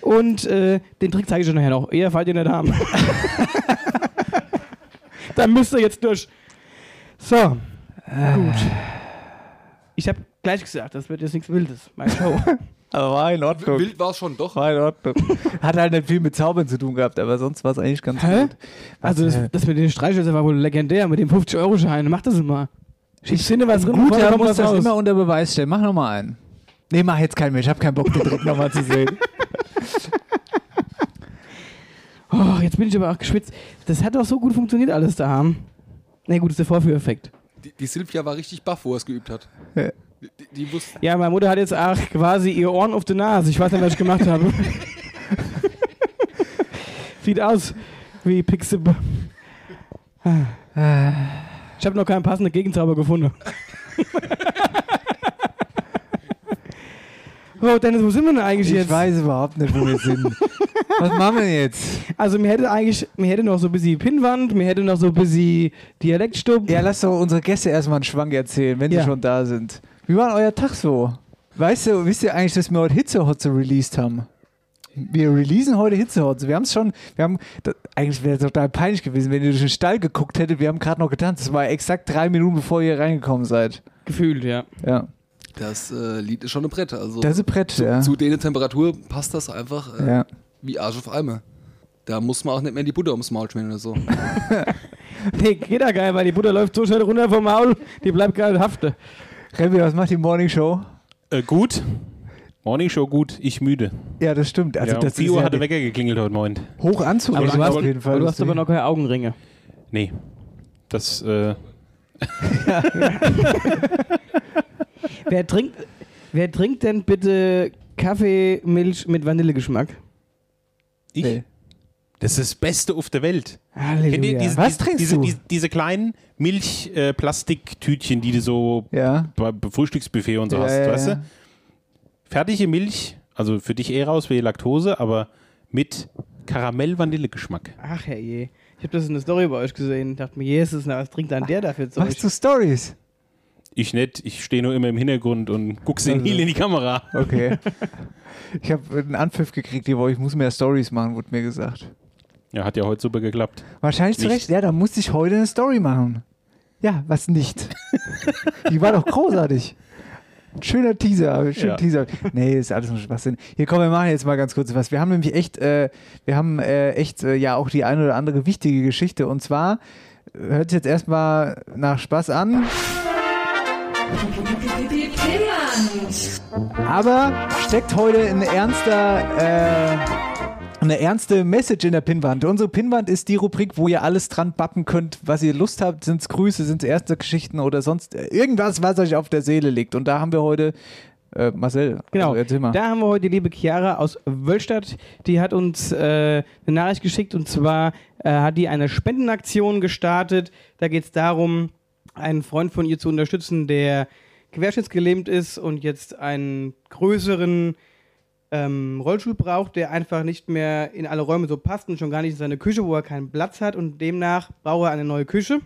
und äh, den Trick zeige ich euch nachher noch. Eher fallt ihr nicht haben. Dann müsst ihr jetzt durch. So, gut. Ich habe gleich gesagt, das wird jetzt nichts Wildes, meine Show.
aber war in Ordnung.
Wild war es schon doch.
War in Ordnung. Hat halt nicht viel mit Zaubern zu tun gehabt, aber sonst war es eigentlich ganz
Hä?
gut.
Also das,
äh,
das mit den Streichhölzern war wohl legendär, mit dem 50-Euro-Schein. Mach das mal.
Ich
finde was drin,
Gut,
vorne
er
kommt
muss
was
das
raus.
immer unter Beweis stellen. Mach nochmal einen. Nee, mach jetzt keinen mehr. Ich habe keinen Bock, den dritten nochmal zu sehen.
Oh, jetzt bin ich aber auch geschwitzt. Das hat doch so gut funktioniert alles da. Na nee, gut, das ist der Vorführeffekt.
Die, die Silvia war richtig baff, wo er es geübt hat.
Ja.
Die, die- die wusste.
Ja, meine Mutter hat jetzt auch quasi ihr Ohren auf die Nase. Ich weiß nicht, was ich gemacht habe. Sieht aus wie Pixib.
Ah.
Ich habe noch keinen passenden Gegenzauber gefunden. Oh, Dennis, wo sind wir denn eigentlich
Ich
jetzt?
weiß überhaupt nicht, wo wir sind. Was machen wir jetzt?
Also, mir hätte eigentlich, mir hätte noch so ein bisschen Pinnwand, mir hätte noch so ein bisschen Dialektstub.
Ja, lass doch unsere Gäste erstmal einen Schwank erzählen, wenn
Ja.
sie schon da sind. Wie war denn euer Tag so? Weißt du, wisst ihr eigentlich, dass wir heute Hitzehotze released haben? Wir releasen heute Hitzehotze. Wir haben es schon, wir haben, das, eigentlich wäre es total peinlich gewesen, wenn ihr durch den Stall geguckt hättet. Wir haben gerade noch getanzt. Das war exakt drei Minuten, bevor ihr reingekommen seid.
Gefühlt, ja.
Ja.
Das äh, Lied ist schon ein Brett. Also
Das ist ein Brett,
zu,
ja.
Zu der Temperatur passt das einfach äh,
Ja.
wie Arsch auf Eimer. Da muss man auch nicht mehr die Butter ums Maul schmieren oder so.
Nee, geht ja geil, weil die Butter läuft so schnell runter vom Maul, die bleibt geil haften.
Remy, was macht die Morning Show?
Äh, gut. Morning Show gut, ich müde.
Ja, das stimmt. Also
ja,
das
um 4
ist
Uhr
ja
hatte
die-
Wecker geklingelt heute Morgen.
Hoch anzurechnen
Aber du hast-
auf jeden Fall.
aber du
dass
hast aber
die-
noch
keine Augenringe.
Nee. Das, äh,
Wer trinkt, wer trinkt denn bitte Kaffee, Milch mit Vanillegeschmack?
ich? Das ist das Beste auf der Welt.
Halleluja.
Kennt ihr diese,
Was
diese,
trinkst
diese,
du?
Diese, diese kleinen Milch-Plastiktütchen, die du so
ja.
beim Frühstücksbuffet und so
Ja,
hast,
ja,
weißt
ja.
du? Fertige Milch, also für dich eher raus wie Laktose, aber mit Karamell-Vanille-Geschmack.
Ach herrje. Ich habe das in der Story bei euch gesehen. Dachte mir, Jesus, na, was trinkt dann der dafür Zeug?
Machst du Stories?
Ich nicht, ich stehe nur immer im Hintergrund und gucke senil in die Kamera.
Also. Okay. Ich habe einen Anpfiff gekriegt, die Woche. ich muss mehr Stories machen, wurde mir gesagt.
Ja, hat ja heute super geklappt.
Wahrscheinlich zu
Nicht.
Recht. Ja, da musste ich heute eine Story machen. Ja, was nicht? Die war doch großartig. Ein Schöner Teaser, schöner
Ja.
Teaser. Nee, ist alles nur Schwachsinn. Hier komm, wir machen jetzt mal ganz kurz was. Wir haben nämlich echt, äh, wir haben äh, echt äh, ja auch die eine oder andere wichtige Geschichte. Und zwar äh, hört sich jetzt erstmal nach Spaß an. Aber steckt heute ein ernster, äh, eine ernste Message in der Pinnwand. Unsere Pinnwand ist die Rubrik, wo ihr alles dran bappen könnt, was ihr Lust habt. Sind es Grüße, sind es erste Geschichten oder sonst äh, irgendwas, was euch auf der Seele liegt. Und da haben wir heute äh, Marcel.
Genau.
Also erzähl mal.
Da haben wir heute die liebe Chiara aus Wölstadt. Die hat uns äh, eine Nachricht geschickt und zwar äh, hat die eine Spendenaktion gestartet. Da geht es darum, einen Freund von ihr zu unterstützen, der querschnittsgelähmt ist und jetzt einen größeren ähm, Rollstuhl braucht, der einfach nicht mehr in alle Räume so passt und schon gar nicht in seine Küche, wo er keinen Platz hat und demnach braucht er eine neue Küche.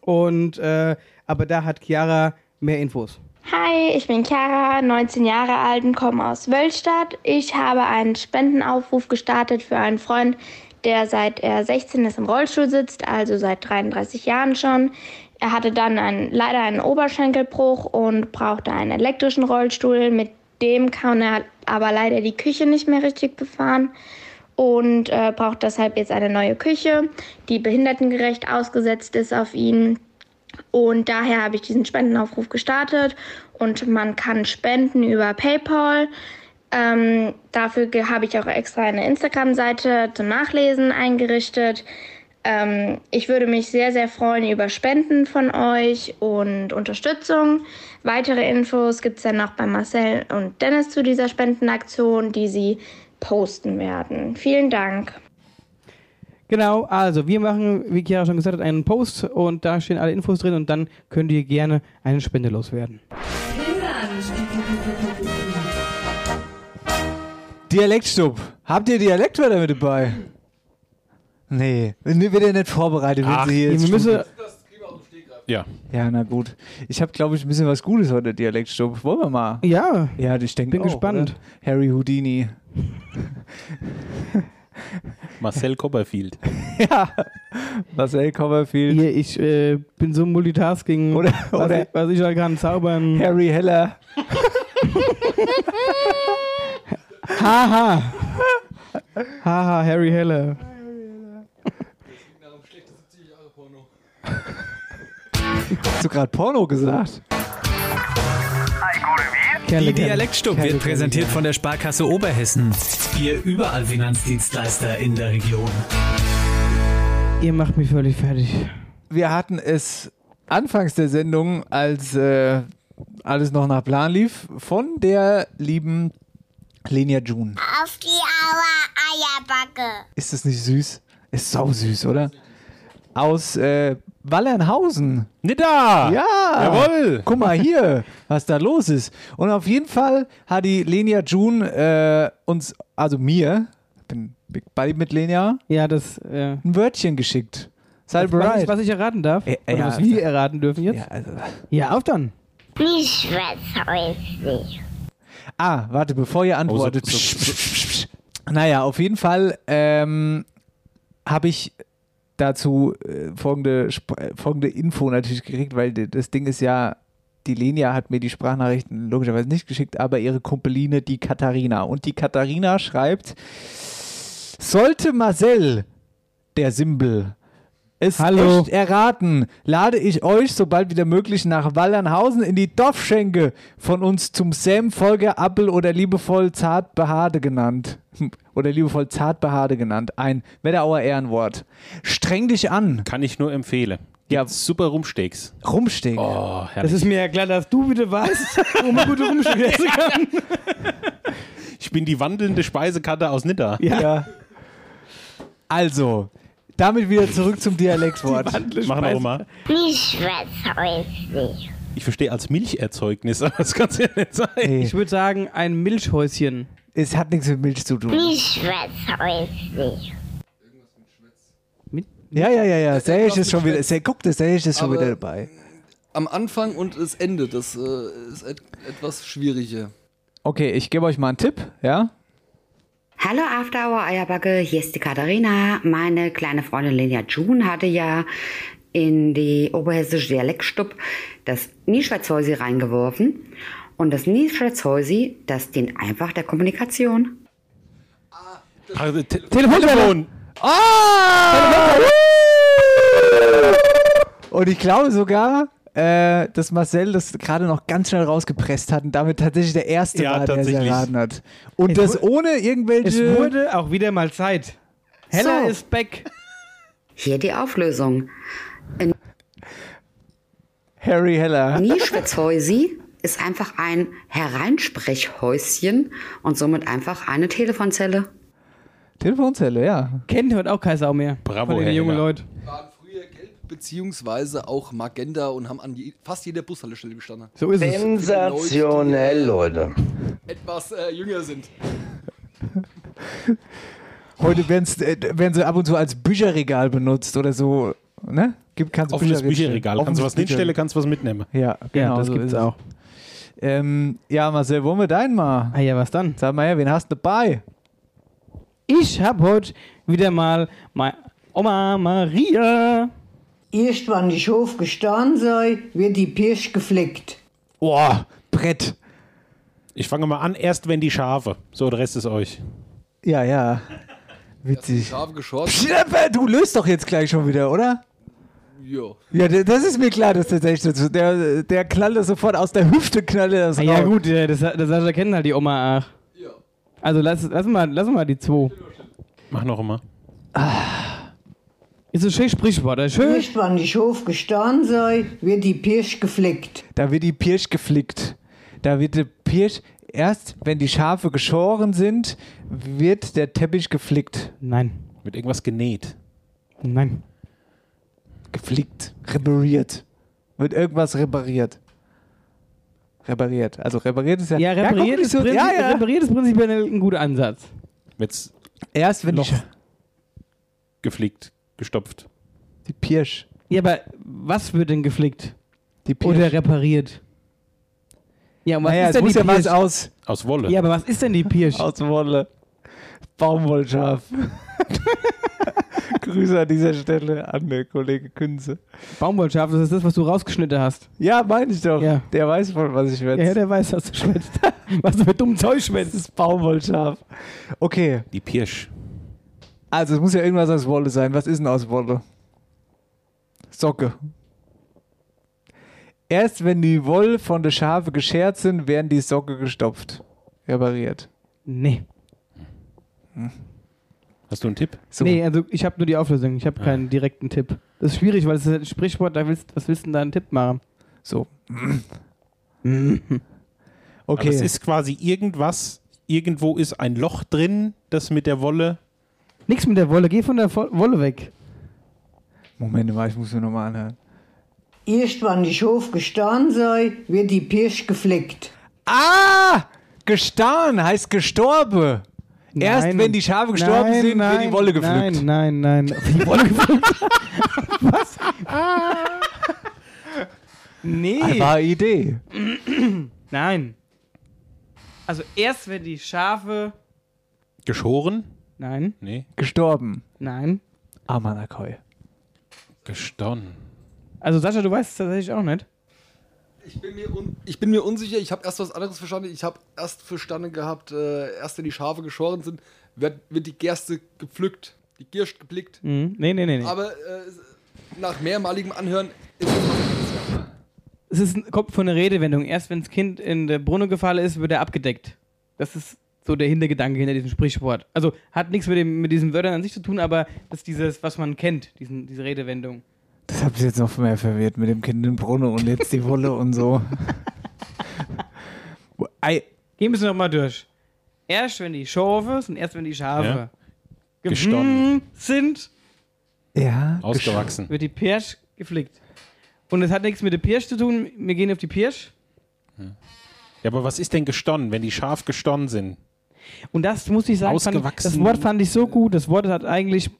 Und äh, aber da hat Chiara mehr Infos.
Hi, ich bin Chiara, 19 Jahre alt und komme aus Wölstadt. Ich habe einen Spendenaufruf gestartet für einen Freund, der seit er 16 ist im Rollstuhl sitzt, also seit 33 Jahren schon. Er hatte dann einen, leider einen Oberschenkelbruch und brauchte einen elektrischen Rollstuhl. Mit dem kann er aber leider die Küche nicht mehr richtig befahren und äh, braucht deshalb jetzt eine neue Küche, die behindertengerecht ausgesetzt ist auf ihn. Und daher habe ich diesen Spendenaufruf gestartet und man kann spenden über PayPal. Ähm, dafür ge- habe ich auch extra eine Instagram-Seite zum Nachlesen eingerichtet. Ähm, ich würde mich sehr, sehr freuen über Spenden von euch und Unterstützung. Weitere Infos gibt es dann noch bei Marcel und Dennis zu dieser Spendenaktion, die sie posten werden. Vielen Dank.
Genau, also wir machen, wie Chiara schon gesagt hat, einen Post und da stehen alle Infos drin und dann könnt ihr gerne eine Spende loswerden.
Dialektstub. Habt ihr Dialektwörter mit dabei? Nee, bin ich wieder nicht vorbereitet, wenn
Ach,
sie hier
wir
jetzt
müssen-
ja. ja, na gut. Ich habe, glaube ich, ein bisschen was Gutes heute, Dialektstub. Wollen wir mal?
Ja.
Ja, ich denke
Bin
auch,
gespannt.
Oder? Harry Houdini.
Marcel Copperfield.
ja. Marcel Copperfield.
Hier, ich äh, bin so ein Multitasking. Oder,
oder-
was, ich, was ich halt kann, zaubern.
Harry Heller.
Haha. Haha, Harry Heller.
hast du gerade Porno gesagt?
Die Dialektstub wird präsentiert von der Sparkasse Oberhessen. Ihr überall Finanzdienstleister in der Region.
Ihr macht mich völlig fertig.
Wir hatten es anfangs der Sendung, als äh, alles noch nach Plan lief, von der lieben Lenia June.
Auf die Aua Eierbacke.
Ist das nicht süß? Ist sau süß, oder? Aus äh, Wallernhausen.
Nidda!
Ja!
Jawohl!
Guck mal hier, was da los ist. Und auf jeden Fall hat die Lenia June äh, uns, also mir, bin Big Buddy mit Lenia,
ja, das, ein
Wörtchen geschickt. Seid
Was ich,
bereit.
was ich erraten darf?
Äh,
Oder
ja, also-
was wir erraten dürfen jetzt? Ja, auf dann.
Ich weiß heute nicht.
Ah, warte, bevor ihr antwortet. Psch, psch, psch, psch. Naja, auf jeden Fall ähm, habe ich dazu äh, folgende, Sp- äh, folgende Info natürlich gekriegt, weil d- das Ding ist ja, die Lenia hat mir die Sprachnachrichten logischerweise nicht geschickt, aber ihre Kumpeline, die Katharina. Und die Katharina schreibt, sollte Marcel, der Simbel, es
Hallo.
echt erraten, lade ich euch sobald wieder möglich nach Wallernhausen in die Dorfschenke von uns zum Sam Folger Appel oder liebevoll Zartbehade genannt. Oder liebevoll Zartbehade genannt. Ein Wetterauer Ehrenwort. Streng dich an.
Kann ich nur empfehlen. ja. super Rumsteaks.
Rumsteak.
Oh,
Das
herrlich.
ist mir ja klar, dass du bitte weißt, wo man gute Rumschläge essen kann.
ich bin die wandelnde Speisekarte aus Nidda.
Ja. Also, damit wieder zurück zum Dialektwort.
Machen wir auch mal.
Ich weiß heute nicht.
Ich verstehe als Milcherzeugnis, aber das kann es ja nicht sein.
Ich würde sagen, ein Milchhäuschen.
Es hat nichts mit Milch zu tun.
Ich weiß heute nicht.
Ja, ja, ja, ja. Serge ist schon wieder. Serge, guck, der Serge ist schon
Aber-
wieder dabei.
Am Anfang und das Ende, das äh, ist et etwas schwieriger.
Okay, ich gebe euch mal einen Tipp, ja?
Hallo After Hour Eierbacke, hier ist die Katharina. Meine kleine Freundin Lenia June hatte ja in die oberhessische Dialektstub das Nieschwarzhäusi reingeworfen. Und das Nieschwarzhäusi, das dient einfach der Kommunikation.
Ah, Te
Telefon!
Telefon.
Und ich glaube sogar, äh, dass Marcel das gerade noch ganz schnell rausgepresst hat und damit tatsächlich der erste
Ja,
war, der es
tatsächlich.
erraten hat. Und das ohne
Es
irgendwelche.
wurde auch wieder mal Zeit. Hella
So.
ist back.
Hier die Auflösung.
Harry Heller.
Nieschwitzhäusi ist einfach ein Hereinsprechhäuschen und somit einfach eine Telefonzelle.
Telefonzelle, ja.
Kennt heute auch keine Sau mehr.
Bravo,
Von den
Herr
jungen
Heller.
Leuten.
Waren früher gelb, beziehungsweise auch Magenta und haben an je fast jeder Bushaltestelle gestanden.
So ist
es.
Sensationell, Leute.
Etwas äh, jünger sind.
Heute werden's, äh, werden sie ab und zu als Bücherregal benutzt oder so. Ne? Gibt kannst du
Offenes
Bücherregal-
Bücherregal. Kannst du was
Offenes
hinstellen, kannst du was mitnehmen.
Ja, genau,
das
so
gibt's
ist es.
auch.
Ähm, ja, Marcel, wollen wir deinen mal?
Ah ja, was dann?
Sag mal her, wen hast du dabei?
Ich hab heute wieder mal meine Oma Maria.
Erst wenn die Schof gestanden sei, wird die Pirsch gefleckt.
Boah, Oh, Brett.
Ich fange mal an, erst wenn die Schafe. So, der Rest ist euch.
Ja, ja. Witzig.
Scharf geschossen.
Pschlepper, du löst doch jetzt gleich schon wieder, oder?
Jo.
Ja, d- das ist mir klar, dass das echt so- der, der knallt das sofort aus der Hüfte, knallt er das
Ah, ja
raus.
gut, äh, das, das, das erkennen halt die Oma auch. Also lass, lass, mal, lass mal die zwei. Ah.
Mach noch immer.
Ist ein schönes Sprichwort. ein Schön.
Erst wenn die Schof gestanden sei, wird die Pirsch gefleckt.
Da wird die Pirsch geflickt. Da wird die Pirsch, erst wenn die Schafe geschoren sind, wird der Teppich geflickt.
Nein,
Mit irgendwas genäht.
nein.
Geflickt. Repariert. Wird irgendwas repariert. Repariert. Also repariert ist ja...
Ja,
guck
repariert,
nicht
ist,
so-
prinzip,
ja, ja.
repariert ist prinzipiell ein guter Ansatz.
Jetzt
Erst wenn die,
Loch
Scha-
geflickt, gestopft.
die Pirsch...
Ja, aber was wird denn geflickt?
Die Pirsch.
Oder repariert? Ja, und was
Naja,
ist
es
denn
muss
die
ja was
Pirsch?
aus...
Aus Wolle.
Ja, aber was ist denn die Pirsch?
Aus Wolle. Baumwollschaf. Grüße an dieser Stelle an den Kollege Künze.
Baumwollschaf, das ist das, was du rausgeschnitten hast.
Ja, meine ich doch.
Ja.
Der weiß von was ich schwätze.
Ja, der weiß, was du schwätzt. was du mit dummem Zeug schwätzt.
Das ist Baumwollschaf. Okay,
Die Pirsch.
also es muss ja irgendwas aus Wolle sein. Was ist denn aus Wolle? Socke. Erst wenn die Woll von der Schafe geschert sind, werden die Socke gestopft. Repariert.
Nee.
Hast du einen Tipp?
Nee, also ich habe nur die Auflösung. Ich habe keinen direkten Tipp. Das ist schwierig, weil es ist ein Sprichwort, da willst, was willst du denn da einen Tipp machen?
So.
Okay. Aber es ist quasi irgendwas, irgendwo ist ein Loch drin, das mit der Wolle.
Nix mit der Wolle, geh von der Vo- Wolle weg.
Moment mal, ich muss mir nochmal anhören.
Erst wenn die Schafe gestorben sei, wird die Pirsch gefleckt.
Ah! Gestarren heißt gestorben. Erst
Nein.
wenn die Schafe gestorben
Nein,
sind, wird
nein,
die Wolle gepflückt.
Nein, nein, nein. Die Wolle gepflückt? Was? nee.
War Idee.
nein. Also erst wenn die Schafe.
Geschoren?
Nein.
Nee.
Gestorben.
Nein.
Amanakoi.
Gestonnen.
Also Sascha, du weißt es tatsächlich auch nicht.
Ich bin mir, un ich bin mir unsicher, ich habe erst was anderes verstanden. Ich habe erst verstanden gehabt, äh, erst wenn die Schafe geschoren sind, wird, wird die Gerste gepflückt, die Girscht geblickt.
Mhm. Nee, nee, nee, nee.
Aber äh, nach mehrmaligem Anhören
Es ist, kommt von der Redewendung. Erst wenn das Kind in der Brunne gefallen ist, wird er abgedeckt. Das ist so der Hintergedanke hinter diesem Sprichwort. Also hat nichts mit, dem, mit diesen Wörtern an sich zu tun, aber das ist dieses, was man kennt, diesen, diese Redewendung.
Das hat mich jetzt noch mehr verwirrt mit dem Kind in Brunnen und jetzt die Wolle und so.
Gehen wir es nochmal durch. Erst wenn die Schafe sind, erst wenn die Schafe
Ja.
geblieben
Gestonnen.
sind,
Ja.
Ausgewachsen.
wird die Pirsch geflickt. Und es hat nichts mit der Pirsch zu tun. Wir gehen auf die Pirsch.
Ja, aber was ist denn gestonnen, wenn die scharf gestonnen sind?
Und das muss ich sagen, fand ich,
Ausgewachsen.
das Wort fand ich so gut. Das Wort hat eigentlich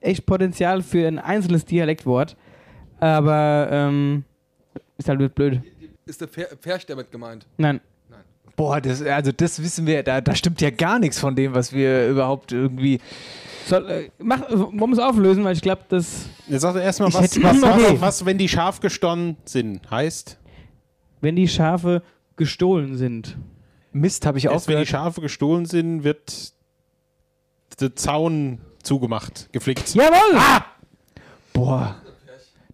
echt Potenzial für ein einzelnes Dialektwort. Aber ähm, ist halt blöd.
ist der Fer- Fersch damit gemeint.
Nein.
Boah, das, also das wissen wir, da, da stimmt ja gar nichts von dem, was wir überhaupt irgendwie.
Soll, äh, mach, wollen wir es auflösen, weil ich glaube, das.
Jetzt sag doch erstmal,
Ich
was,
hätte-
was, was,
Okay.
was, wenn die scharf gestonnen sind, heißt?
Wenn die Schafe gestohlen sind.
Mist, habe ich
auch Wenn die Schafe gestohlen sind, wird der Zaun zugemacht, geflickt. Ah!
Jawohl!
Boah,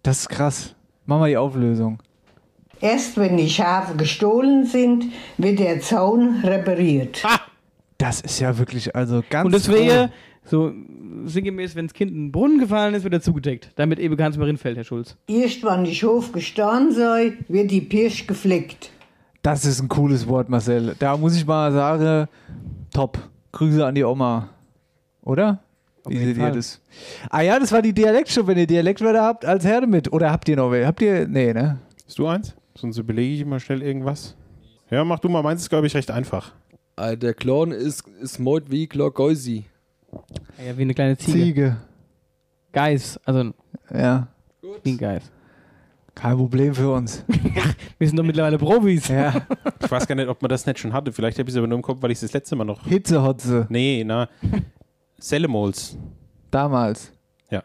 das ist krass. Mach mal die Auflösung.
Erst wenn die Schafe gestohlen sind, wird der Zaun repariert.
Das ist ja wirklich, also ganz.
Und das wäre
toll.
so sinngemäß, wenn das Kind in den Brunnen gefallen ist, wird er zugedeckt. Damit eben ganz mehr hinfällt, Herr Schulz.
Erst wenn die Schafe gestorben sei, wird die Pirsch gefleckt.
Das ist ein cooles Wort, Marcel. Da muss ich mal sagen, top. Grüße an die Oma. Oder? Wie seht ihr
Fall.
das? Ah ja, das war die Dialektshow. Wenn ihr Dialektwörter habt, als Herde mit. Oder habt ihr noch welche? Habt ihr. Nee, ne?
Hast du eins? Sonst überlege ich immer schnell irgendwas. Ja, mach du mal. Meins ist, glaube ich, recht einfach.
Äh, der Clown ist, ist Mord wie Glorgeusi.
Ja, wie eine kleine Ziege.
Ziege.
Geiß, also
Ja.
wie ein Geiß.
Kein Problem für uns.
Wir sind doch mittlerweile Profis.
Ja.
Ich weiß gar nicht, ob man das nicht schon hatte. Vielleicht habe ich es aber nur im Kopf, weil ich es das letzte Mal noch.
Hitzehotze.
Nee, na. Selemols.
Damals.
Ja.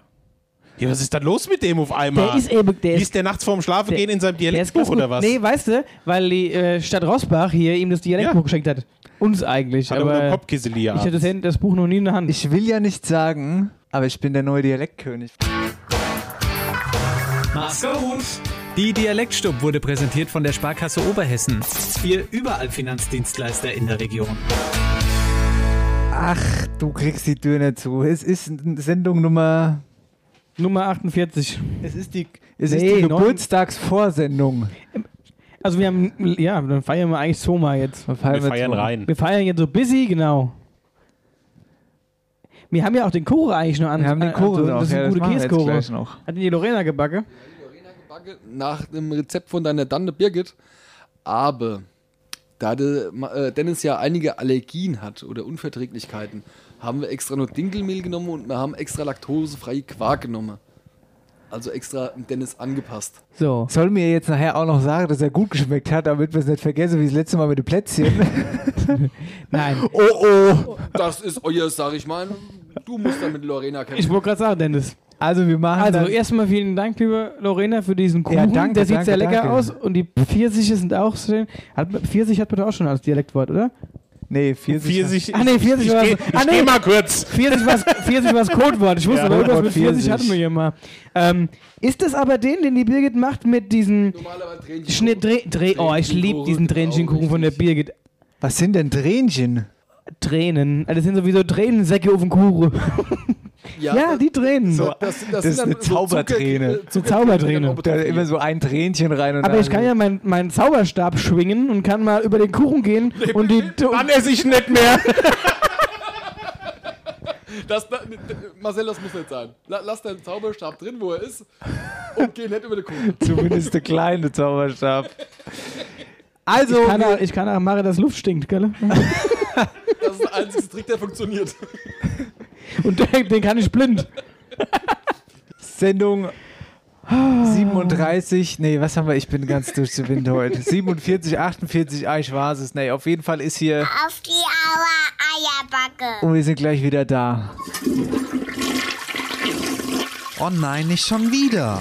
Ja, was ist da los mit dem auf einmal?
Der ist eben- der ist-
Liest der nachts vorm Schlafen gehen in seinem Dialektbuch
ganz gut.
oder was?
Nee, weißt du, weil die äh, Stadt Rosbach hier ihm das Dialektbuch geschenkt hat. Uns eigentlich.
Hat aber
aber
einen Kopfkissel hier
ich hatte
abends.
das, Hand- das Buch noch nie in der Hand.
Ich will ja nicht sagen, aber ich bin der neue Dialektkönig.
Mach's gut! Die Dialektstub wurde präsentiert von der Sparkasse Oberhessen. Wir überall Finanzdienstleister in der Region.
Ach, du kriegst die Tür nicht zu. Es ist Sendung Nummer.
Nummer 48.
Es ist die, es
Nee,
ist die
neun-
Geburtstagsvorsendung.
Also wir haben, ja, dann feiern wir eigentlich Soma jetzt. Wir
feiern Wir jetzt feiern Soma. rein.
Wir feiern jetzt so busy, genau. Wir haben ja auch den Kuchen eigentlich noch an.
Wir haben den
an- also
Kuchen noch,
das ist
ja,
ein
das
guter
machen wir jetzt
Käsekuchen.
gleich noch.
Hat denn die Lorena gebacken?
Nach dem Rezept von deiner Tante Birgit. Aber da de, ma- äh, Dennis ja einige Allergien hat oder Unverträglichkeiten, haben wir extra nur Dinkelmehl genommen und wir haben extra laktosefreie Quark genommen. Also extra Dennis angepasst.
So.
Soll mir jetzt nachher auch noch sagen, dass er gut geschmeckt hat, damit wir es nicht vergessen, wie das letzte Mal mit dem Plätzchen.
Nein.
Oh oh.
Das ist euer, sag ich mal. Du musst dann mit Lorena kämpfen.
Ich wollte gerade sagen, Dennis.
Also wir machen
Also
dann-
erstmal vielen Dank, liebe Lorena, für diesen Kuchen.
Ja, danke,
Der sieht sehr
danke,
lecker
danke.
aus und die Pfirsiche sind auch schön. Hat, Pfirsich hat man doch auch schon als Dialektwort, oder?
Nee, 40.
Pfirsich-
Ah, nee, 40
Ich
war
geh-
so-
ich
ah, nee.
geh mal kurz.
40 war das Codewort. Ich wusste
Ja.
aber irgendwas mit
Codewort
40
40.
hatten wir hier mal. Ähm, ist das aber den, den die Birgit macht mit diesen Schnitt Dreh, Dreh, Oh, ich liebe diesen Tränchenkuchen von der Birgit.
Was sind denn Tränchen?
Tränen. Ah, Das sind sowieso Tränensäcke auf dem Kuchen. Ja, die Tränen.
So, das, ist eine Zauberträne.
So Zauberträne.
Da immer so ein Tränchen rein und
Aber
dann-
ich kann ja meinen meinen Zauberstab schwingen und kann mal über den Kuchen gehen und die. Dann
esse ich nicht mehr.
Das, da- Marcel, das muss nicht sein. La- Lass deinen Zauberstab drin, wo er ist, und geh nicht über die Kuh.
Zumindest der kleine Zauberstab.
Also. Ich kann, auch, ich kann auch machen, dass Luft stinkt, gell?
Das ist der einzige Trick, der funktioniert.
Und den, den kann ich blind.
Sendung 37, nee, was haben wir? Ich bin ganz durch den Wind heute. 47, 48, ah, ich weiß es. Nee, auf jeden Fall ist hier
Auf die Aua Eierbacke.
und wir sind gleich wieder da.
Oh nein, nicht schon wieder.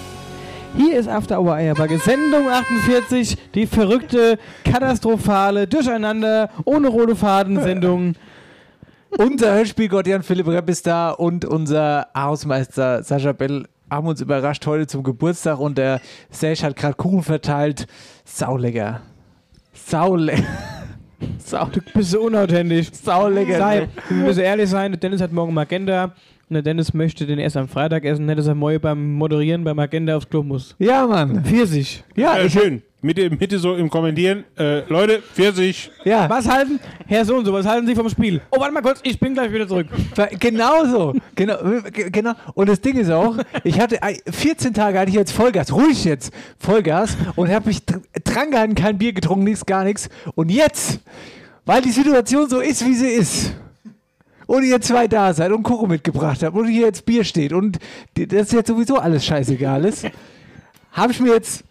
Hier ist After Hour Eierbacke, Sendung 48, die verrückte, katastrophale, durcheinander, ohne rote Faden-Sendung.
Unser Hörspielgott Jan Philipp Repp ist da und unser Hausmeister Sascha Bell haben uns überrascht heute zum Geburtstag und der Sesh hat gerade Kuchen verteilt. Saulecker. Saulecker. Sau
Du bist so unauthentisch.
Saulecker.
Sei, wir müssen ehrlich sein, der Dennis hat morgen Magenta und der Dennis möchte den erst am Freitag essen, nicht dass er morgen beim Moderieren bei Magenta aufs Klo muss.
Ja, Mann.
Pfirsich.
Ja,
äh, schön. Mit dem Mitte so im Kommentieren. Äh, Leute, Pfirsich.
Ja.
Was halten, Herr Sohn, so, was halten Sie vom Spiel? Oh, warte mal kurz, ich bin gleich wieder zurück.
Weil- Genau so. Genau, ge- genau. Und das Ding ist auch, ich hatte ein- 14 Tage hatte ich jetzt Vollgas, ruhig jetzt, Vollgas und habe mich dr dran gehalten, kein Bier getrunken, nichts, gar nichts. Und jetzt, weil die Situation so ist, wie sie ist. Und ihr zwei da seid und Koro mitgebracht habt und hier jetzt Bier steht und die- das jetzt sowieso alles scheißegal ist, habe ich mir jetzt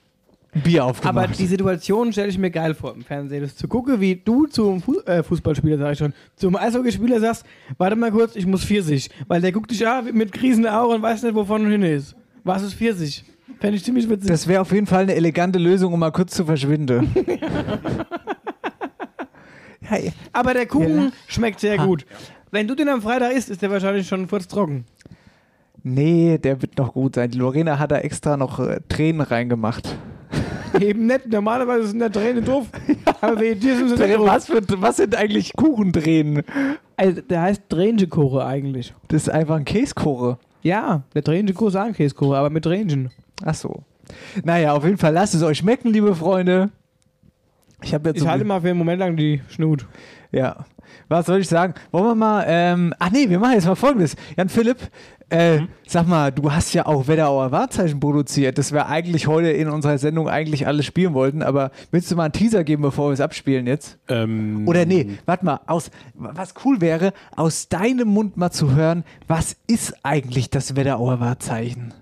ein Bier
Aber
aufgemacht.
die Situation stelle ich mir geil vor im Fernsehen. Das zu gucken, wie du zum Fu äh, Fußballspieler, sag ich schon, zum Eishockeyspieler sagst, warte mal kurz, ich muss 40. Weil der guckt dich an mit kriesenden Augen und weiß nicht, wovon du hin ist. Was ist 40? Fände ich ziemlich witzig.
das wäre auf jeden Fall eine elegante Lösung, um mal kurz zu verschwinden. hey.
Aber der Kuchen
Ja.
schmeckt sehr
Ha.
gut. Wenn du den am Freitag isst, ist der wahrscheinlich schon kurz trocken.
Nee, der wird noch gut sein. Die Lorena hat da extra noch äh, Tränen reingemacht.
Eben nett, normalerweise sind da Tränen doof. Aber bei dir sind sie nicht doof.
Was, für, was sind eigentlich Kuchendränen?
Also, der heißt Tränenkuchen eigentlich.
Das ist einfach ein Käsekuchen.
Ja, der Tränenkuchen ist auch ein Käsekuchen, aber mit Tränchen.
Ach so. Naja, auf jeden Fall lasst es euch schmecken, liebe Freunde. Ich habe jetzt
Ich
so
halte mal für einen Moment lang die Schnut.
Ja. Was soll ich sagen? Wollen wir mal. Ähm, ach nee, wir machen jetzt mal folgendes. Jan Philipp, äh, sag mal, du hast ja auch Wetterauer Wahrzeichen produziert, das wir eigentlich heute in unserer Sendung eigentlich alles spielen wollten, aber willst du mal einen Teaser geben, bevor wir es abspielen jetzt?
Ähm,
Oder nee, warte mal, aus, was cool wäre, aus deinem Mund mal zu hören, was ist eigentlich das Wetterauer Wahrzeichen?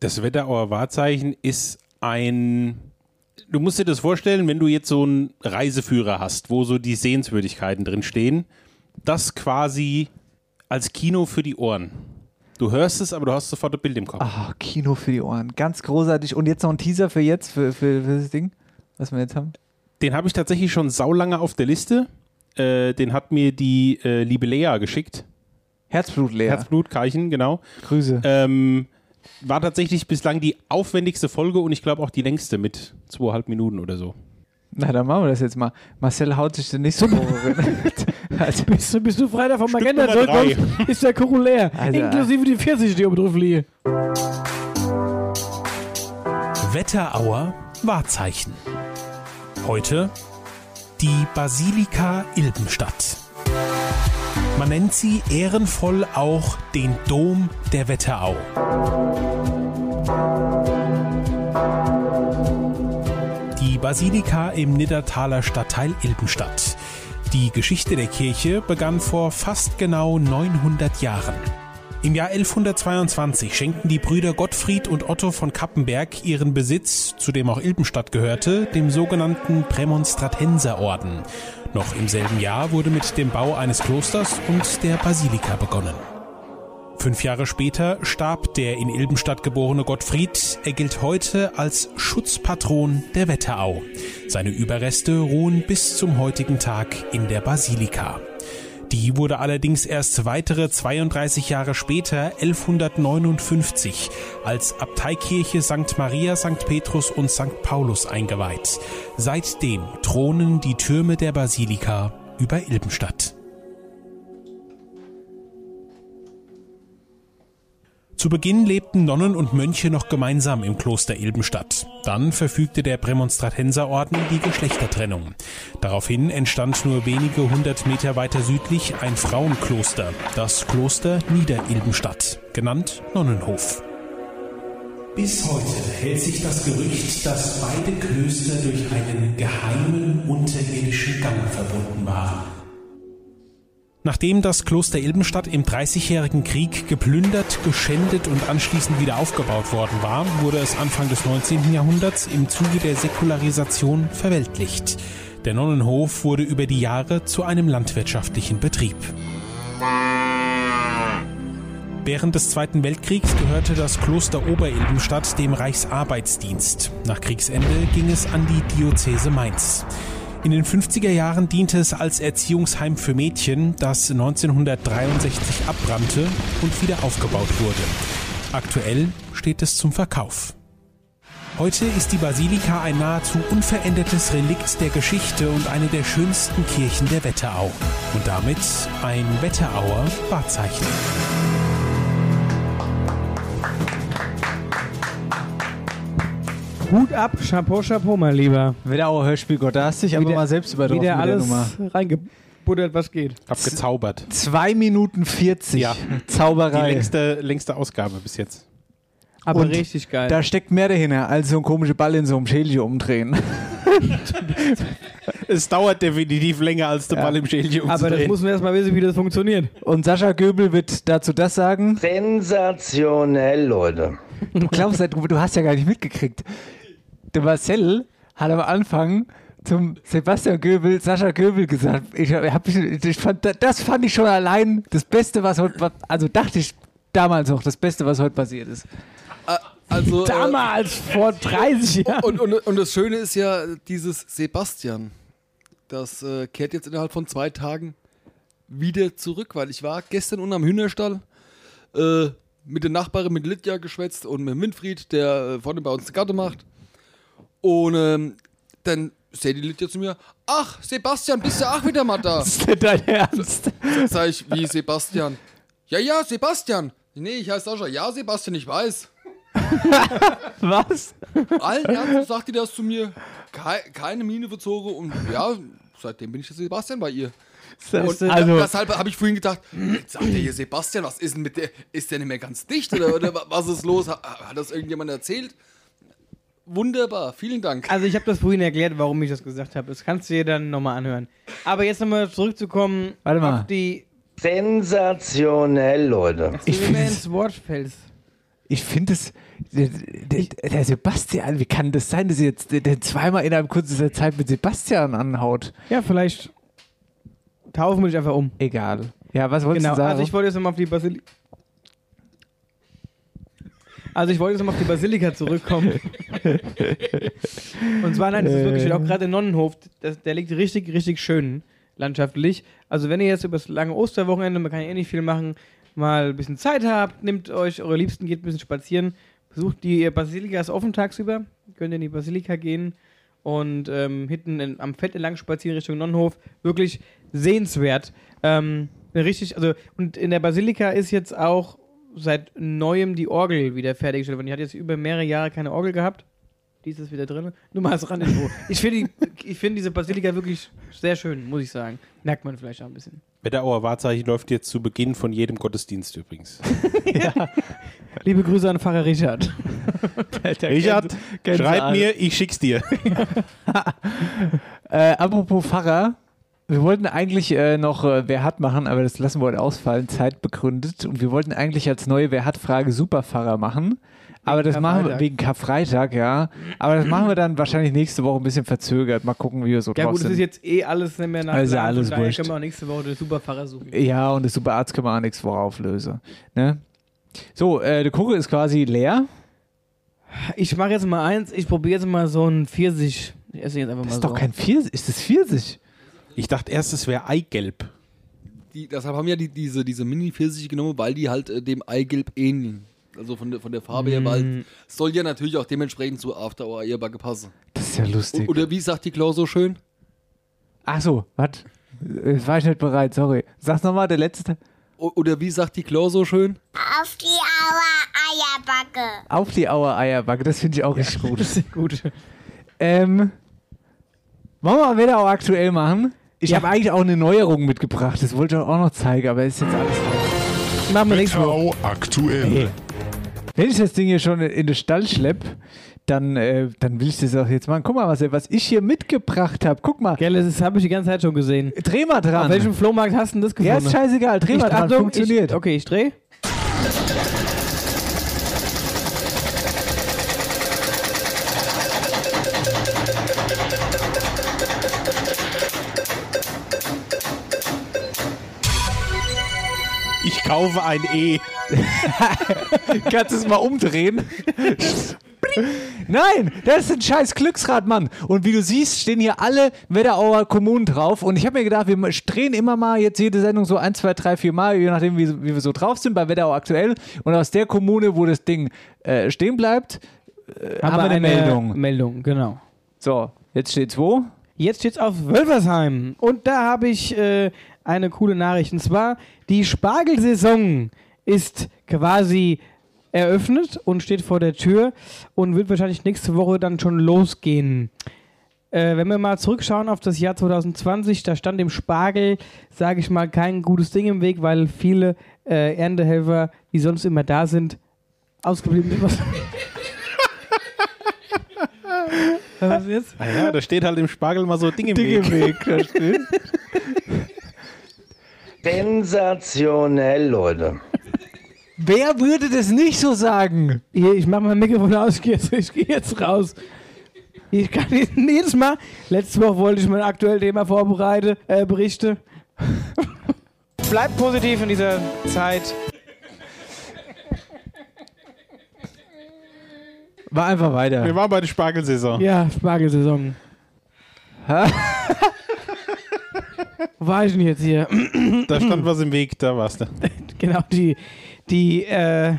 Das Wetterauer Wahrzeichen ist ein. Du musst dir das vorstellen, wenn du jetzt so einen Reiseführer hast, wo so die Sehenswürdigkeiten drin stehen, das quasi als Kino für die Ohren. Du hörst es, aber du hast sofort ein Bild im Kopf.
Ah, Kino für die Ohren, ganz großartig. Und jetzt noch ein Teaser für jetzt, für, für, für das Ding, was wir jetzt haben.
Den habe ich tatsächlich schon saulange auf der Liste. Äh, den hat mir die äh, liebe Lea geschickt.
Herzblut Lea.
Herzblut, Keichen, genau.
Grüße.
Ähm, war tatsächlich bislang die aufwendigste Folge und ich glaube auch die längste mit zweieinhalb Minuten oder so.
Na, dann machen wir das jetzt mal. Marcel haut sich denn nicht so also,
bist, du, bist du Freitag vom Magenta
Nummer
zurückkommst, ist der Kuchen leer.
Alter.
Inklusive die 40, die oben drauf liegen.
Wetterauer Wahrzeichen. Heute die Basilika Ilbenstadt. Man nennt sie ehrenvoll auch den Dom der Wetterau. Die Basilika im Niddertaler Stadtteil Ilbenstadt. Die Geschichte der Kirche begann vor fast genau 900 Jahren. Im Jahr 1122 schenkten die Brüder Gottfried und Otto von Kappenberg ihren Besitz, zu dem auch Ilpenstadt gehörte, dem sogenannten Prämonstratenserorden. Noch im selben Jahr wurde mit dem Bau eines Klosters und der Basilika begonnen. Fünf Jahre später starb der in Ilbenstadt geborene Gottfried. Er gilt heute als Schutzpatron der Wetterau. Seine Überreste ruhen bis zum heutigen Tag in der Basilika. Die wurde allerdings erst weitere 32 Jahre später, 1159, als Abteikirche St. Maria, St. Petrus und St. Paulus eingeweiht. Seitdem thronen die Türme der Basilika über Ilbenstadt. Zu Beginn lebten Nonnen und Mönche noch gemeinsam im Kloster Ilbenstadt. Dann verfügte der Prämonstratenserorden die Geschlechtertrennung. Daraufhin entstand nur wenige hundert Meter weiter südlich ein Frauenkloster, das Kloster Niederilbenstadt, genannt Nonnenhof. Bis heute hält sich das Gerücht, dass beide Klöster durch einen geheimen unterirdischen Gang verbunden waren. Nachdem das Kloster Ilbenstadt im Dreißigjährigen Krieg geplündert, geschändet und anschließend wieder aufgebaut worden war, wurde es Anfang des 19. Jahrhunderts im Zuge der Säkularisation verweltlicht. Der Nonnenhof wurde über die Jahre zu einem landwirtschaftlichen Betrieb. Während des Zweiten Weltkriegs gehörte das Kloster Oberilbenstadt dem Reichsarbeitsdienst. Nach Kriegsende ging es an die Diözese Mainz. In den 50er Jahren diente es als Erziehungsheim für Mädchen, das 1963 abbrannte und wieder aufgebaut wurde. Aktuell steht es zum Verkauf. Heute ist die Basilika ein nahezu unverändertes Relikt der Geschichte und eine der schönsten Kirchen der Wetterau. Und damit ein Wetterauer Wahrzeichen.
Hut ab, Chapeau, Chapeau, mein Lieber.
Wetterauer Hörspielgott, da hast du dich aber
Wieder-
mal selbst übertroffen
wieder
mit der
alles
Nummer.
reingebuddert, was geht.
Hab gezaubert.
Zwei Minuten 40.
Ja.
Zauberei.
Die längste, längste Ausgabe bis jetzt.
Aber
Und
richtig geil.
Da steckt mehr dahinter, als so ein komischer Ball in so einem Schälchen umdrehen.
Es dauert definitiv länger als der Ball im Schälchen
Aber das muss man erstmal wissen, wie das funktioniert.
Und Sascha Göbel wird dazu das sagen.
Sensationell, Leute.
Du glaubst, nicht, du, du hast ja gar nicht mitgekriegt. Der Marcel hat am Anfang zum Sebastian Göbel, Sascha Göbel gesagt. Ich, hab, ich fand, das fand ich schon allein das Beste, was heute, also dachte ich damals noch, das Beste, was heute passiert ist.
Also, äh,
Damals, vor 30 Jahren.
Und, und, und das Schöne ist ja dieses Sebastian. Das äh, kehrt jetzt innerhalb von zwei Tagen wieder zurück, weil ich war gestern unten am Hühnerstall äh, mit den Nachbarn, mit Lydia geschwätzt und mit Winfried, der äh, vorne bei uns die Gatte macht. Und ähm, dann sagt die Lydia zu mir, ach Sebastian, bist du auch wieder mal da?
Ist nicht dein Ernst?
Sag ich, wie Sebastian? Ja, ja, Sebastian. Nee, ich heiße Sascha. Ja, Sebastian, ich weiß.
Was?
Allen Ernstes sagt die das zu mir. Kei- keine Miene verzogen und ja, seitdem bin ich der Sebastian bei ihr. Und
also-
also, deshalb habe ich vorhin gedacht, jetzt sagt er hier Sebastian, was ist denn mit der, ist der nicht mehr ganz dicht oder, oder wa- was ist los? Hat, hat das irgendjemand erzählt? Wunderbar, vielen Dank.
Also ich habe das vorhin erklärt, warum ich das gesagt habe. Das kannst du dir dann nochmal anhören. Aber jetzt nochmal zurückzukommen
Warte mal.
auf die
Sensationell, Leute.
ich mir ins Wort fällst.
Ich finde es, der, der, der Sebastian, wie kann das sein, dass ihr jetzt den- den zweimal innerhalb kurzer Zeit mit Sebastian anhaut?
Ja, vielleicht taufen wir dich einfach um.
Egal. Ja, was wolltest
Genau,
du sagen?
also ich wollte jetzt nochmal auf die Basilika. Also ich wollte jetzt nochmal auf die Basilika zurückkommen. Und zwar, nein, das ist wirklich schön. Auch gerade der Nonnenhof, das, der liegt richtig, richtig schön landschaftlich. Also wenn ihr jetzt über das lange Osterwochenende, man kann ja eh nicht viel machen, mal ein bisschen Zeit habt, nehmt euch eure Liebsten, geht ein bisschen spazieren, besucht die Basilika, ist offen tagsüber, könnt ihr in die Basilika gehen und ähm, hinten in, am Feld entlang spazieren Richtung Nonnenhof. Wirklich sehenswert. Ähm, eine richtig, also und in der Basilika ist jetzt auch seit neuem die Orgel wieder fertiggestellt worden. Die hat jetzt über mehrere Jahre keine Orgel gehabt. Die ist jetzt wieder drin. Nur mal als Randinfo. Ich finde die- ich finde diese Basilika wirklich sehr schön, muss ich sagen. Merkt man vielleicht auch ein bisschen.
Wetterauer Wahrzeichen läuft jetzt zu Beginn von jedem Gottesdienst übrigens.
Liebe Grüße an Pfarrer Richard.
Richard,
kennt sie
schreib
alle.
mir, ich schick's dir.
Äh, apropos Pfarrer, Wir wollten eigentlich äh, noch äh, Wer hat machen, aber das lassen wir heute ausfallen, zeitbegründet. Und wir wollten eigentlich als neue Wer hat Frage Superfahrer machen. Aber das machen wir
Karfreitag.
wegen Karfreitag, ja. Aber das machen wir dann wahrscheinlich nächste Woche ein bisschen verzögert. Mal gucken, wie wir so
Ja
drauf
gut, es
sind.
ist jetzt eh alles nicht mehr nach
Also
Plan, von
alles
daher
wurscht.
können wir auch nächste Woche den Superfahrer suchen.
ja, und das Superarzt können wir auch nichts vorauflösen. Ne? So, äh, der Kuchen ist quasi leer.
Ich mache jetzt mal eins, ich probiere jetzt mal so ein Pfirsich. Ich esse jetzt einfach mal
Das ist
so.
doch kein Pfirsich. Ist das Pfirsich?
Ich dachte erst, es wäre Eigelb.
Die, deshalb haben wir ja die, diese, diese Mini-Pfirsiche genommen, weil die halt äh, dem Eigelb ähneln. Also von der, von der Farbe her,
Mm.
weil es soll ja natürlich auch dementsprechend zu After Hour Eierbacke passen.
Das ist ja lustig.
O- Oder wie sagt die Klaus so schön?
Ach so, was? Äh, War ich nicht bereit, sorry. Sag's nochmal, der letzte.
O- Oder wie sagt die Klaus so schön?
Auf die Aua Eierbacke.
Auf die Auer Eierbacke, das finde ich auch richtig gut. Das
ist gut.
Ähm, wollen wir mal wieder auch aktuell machen? Ich
Ja.
habe eigentlich auch eine Neuerung mitgebracht, das wollte ich auch noch zeigen, aber ist jetzt alles. Machen wir nächste Woche. aktuell. Wenn ich das Ding hier schon in den Stall schlepp, dann, äh, dann will ich das auch jetzt machen. Guck mal, Marcel, was ich hier mitgebracht habe. Guck mal.
Gell, das habe ich die ganze Zeit schon gesehen.
Dreh mal dran.
Auf welchem Flohmarkt hast du denn das gefunden?
Ja, ist scheißegal, dreh
Ich-
mal dran,
Achtung,
funktioniert.
Ich, okay, ich dreh.
Ich kaufe ein E.
Kannst du es mal umdrehen? Nein, das ist ein scheiß Glücksrad, Mann. Und wie du siehst, stehen hier alle Wetterauer Kommunen drauf. Und ich habe mir gedacht, wir drehen immer mal jetzt jede Sendung so ein, zwei, drei, vier Mal, je nachdem, wie, wie wir so drauf sind, bei Wetterau aktuell. Und aus der Kommune, wo das Ding äh, stehen bleibt, äh, haben, wir eine, Meldung.
Meldung, genau.
So, jetzt steht's wo?
Jetzt steht's auf Wölfersheim. Und da habe ich äh, eine coole Nachricht. Und zwar, die Spargelsaison ist quasi eröffnet und steht vor der Tür und wird wahrscheinlich nächste Woche dann schon losgehen. Äh, wenn wir mal zurückschauen auf das Jahr 2020, da stand dem Spargel, sage ich mal, kein gutes Ding im Weg, weil viele äh, Erntehelfer, die sonst immer da sind, ausgeblieben sind. Was ist jetzt?
Ah ja, da steht halt im Spargel mal so Ding im
Ding
Weg.
im Weg.
Sensationell, Leute.
Wer würde das nicht so sagen?
Hier, ich mache mein Mikrofon aus, ich gehe jetzt, ich geh jetzt raus. Ich kann jetzt- jedes Mal, letzte Woche wollte ich mein aktuelles Thema vorbereiten, äh, berichte. Bleibt positiv in dieser Zeit.
War einfach weiter.
Wir waren bei der Spargelsaison.
Ja, Spargelsaison. Wo war ich denn jetzt hier?
Da stand was im Weg, da warst du.
genau, die, die, äh,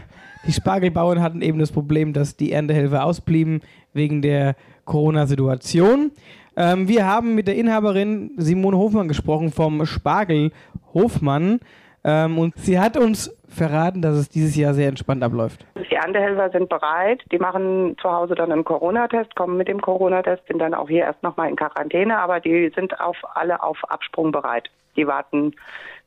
die Spargelbauern hatten eben das Problem, dass die Erntehelfer ausblieben wegen der Corona-Situation. Ähm, wir haben mit der Inhaberin Simone Hofmann gesprochen vom Spargel Hofmann ähm, und sie hat uns verraten, dass es dieses Jahr sehr entspannt abläuft.
Die Erntehelfer sind bereit. Die machen zu Hause dann einen Corona-Test, kommen mit dem Corona-Test, sind dann auch hier erst nochmal in Quarantäne, aber die sind auf alle auf Absprung bereit. Die warten,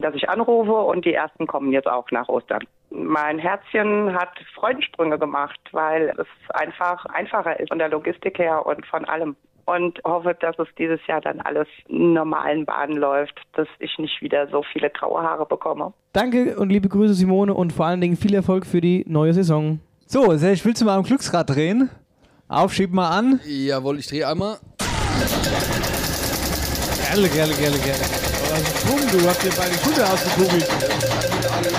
dass ich anrufe und die ersten kommen jetzt auch nach Ostern. Mein Herzchen hat Freudensprünge gemacht, weil es einfach einfacher ist von der Logistik her und von allem. Und hoffe, dass es dieses Jahr dann alles in normalen Bahnen läuft, dass ich nicht wieder so viele graue Haare bekomme.
Danke und liebe Grüße Simone und vor allen Dingen viel Erfolg für die neue Saison.
So, Serge, willst du mal am Glücksrad drehen? Auf, schieb mal an.
Jawohl, ich drehe einmal.
Gerne, gerne, gerne, gerne.
Boom, du hast dir beide Schulter ausgekugelt.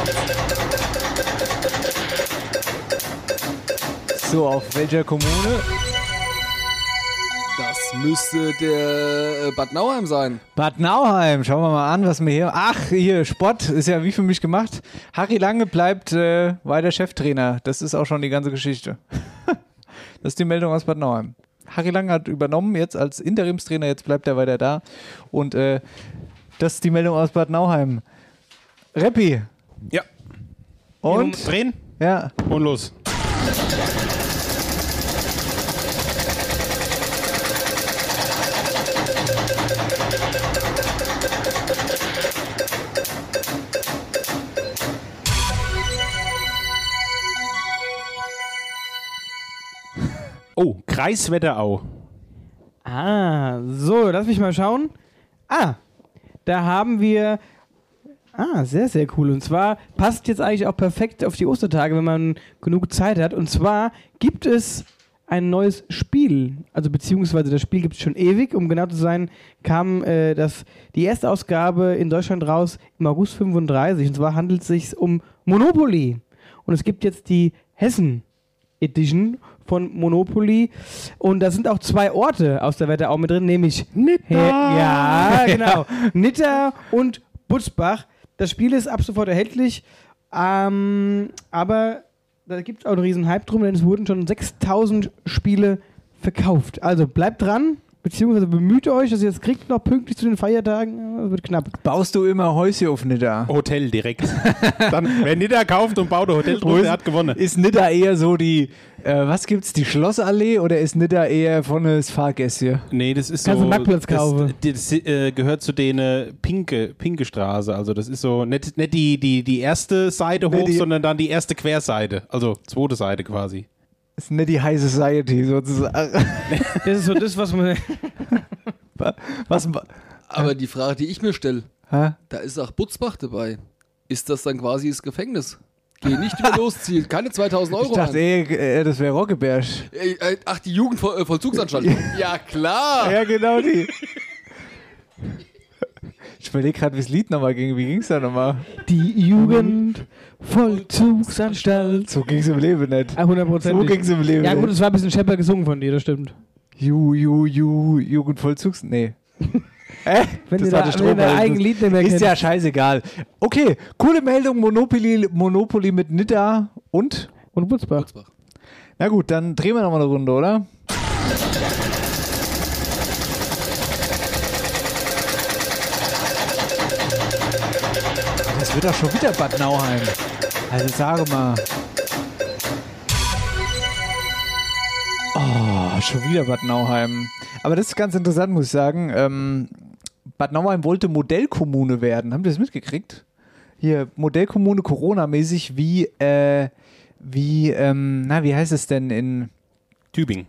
So, auf welcher Kommune?
Das müsste der äh, Bad Nauheim sein.
Bad Nauheim, schauen wir mal an, was wir hier. Ach, hier, Sport ist ja wie für mich gemacht. Harry Lange bleibt äh, weiter Cheftrainer. Das ist auch schon die ganze Geschichte. das ist die Meldung aus Bad Nauheim. Harry Lange hat übernommen, jetzt als Interimstrainer, jetzt bleibt er weiter da. Und äh, das ist die Meldung aus Bad Nauheim. Reppi.
Ja.
Und?
Drehen?
Ja.
Und los. Oh, Kreis Wetterau.
Ah, so, lass mich mal schauen. Ah, Da haben wir. Ah, sehr, sehr cool. Und zwar passt jetzt eigentlich auch perfekt auf die Ostertage, wenn man genug Zeit hat. Und zwar gibt es ein neues Spiel. Also beziehungsweise das Spiel gibt es schon ewig. Um genau zu sein, kam äh, das, die erste Ausgabe in Deutschland raus im August 35. Und zwar handelt es sich um Monopoly. Und es gibt jetzt die Hessen Edition von Monopoly. Und da sind auch zwei Orte aus der Wetterau mit drin, nämlich Nitter. Ja, genau. Nitter und Butzbach. Das Spiel ist ab sofort erhältlich. Ähm, aber da gibt es auch einen riesen Hype drum, denn es wurden schon 6000 Spiele verkauft. Also bleibt dran, beziehungsweise bemüht euch, dass ihr es kriegt noch pünktlich zu den Feiertagen. Äh, Wird knapp.
Baust du immer Häuschen auf Nidda?
Hotel direkt. Dann, wer Nidda kauft und baut ein Hotel
Wo
drüber,
ist-
der hat gewonnen.
Ist Nidda eher so die, äh, was gibt's, die Schlossallee oder ist Nidda eher von das Fahrgäss hier?
Nee, das ist
Kannst
so.
du Marktplatz kaufen.
Das, das äh, gehört zu den äh, Pinke, Pinke Straße. Also das ist so nicht, nicht die, die, die erste Seite
Nee,
hoch,
die-
sondern dann die erste Querseite. Also zweite Seite quasi.
Das ist nicht die High Society sozusagen.
Das ist so das, was man.
was?
Aber die Frage, die ich mir stelle,
Hä?
da ist auch Butzbach dabei. Ist das dann quasi das Gefängnis? Geh nicht über losziehen, keine 2000 Euro.
Ich dachte,
Mann.
eher, äh, das wäre Rockeberg.
Ey, äh, Ach, die Jugendvollzugsanstalt. ja, klar.
Ja, genau die. Ich überlege gerade, wie das Lied nochmal ging. Wie ging's da nochmal?
Die Jugendvollzugsanstalt.
So ging's im Leben nicht.
100%.
So ging's im Leben
Ja,
nicht.
gut, es war ein bisschen Shepard gesungen von dir, das stimmt.
Ju, ju, ju, Jugendvollzugs... Nee. Äh,
Wenn ihr da- wenn ihr dein eigenes Lied nicht mehr
Ist
kennt.
ja scheißegal. Okay, coole Meldung. Monopoly, Monopoly mit Nidda und?
Und Butzbach.
Na gut, dann drehen wir nochmal eine Runde, oder? Das wird doch schon wieder Bad Nauheim. Also sage mal. Oh, schon wieder Bad Nauheim. Aber das ist ganz interessant, muss ich sagen. Ähm, Bad Nauheim wollte Modellkommune werden. Habt ihr das mitgekriegt? Hier, Modellkommune Corona-mäßig wie, äh, wie, ähm, na, wie heißt es denn in
Tübingen?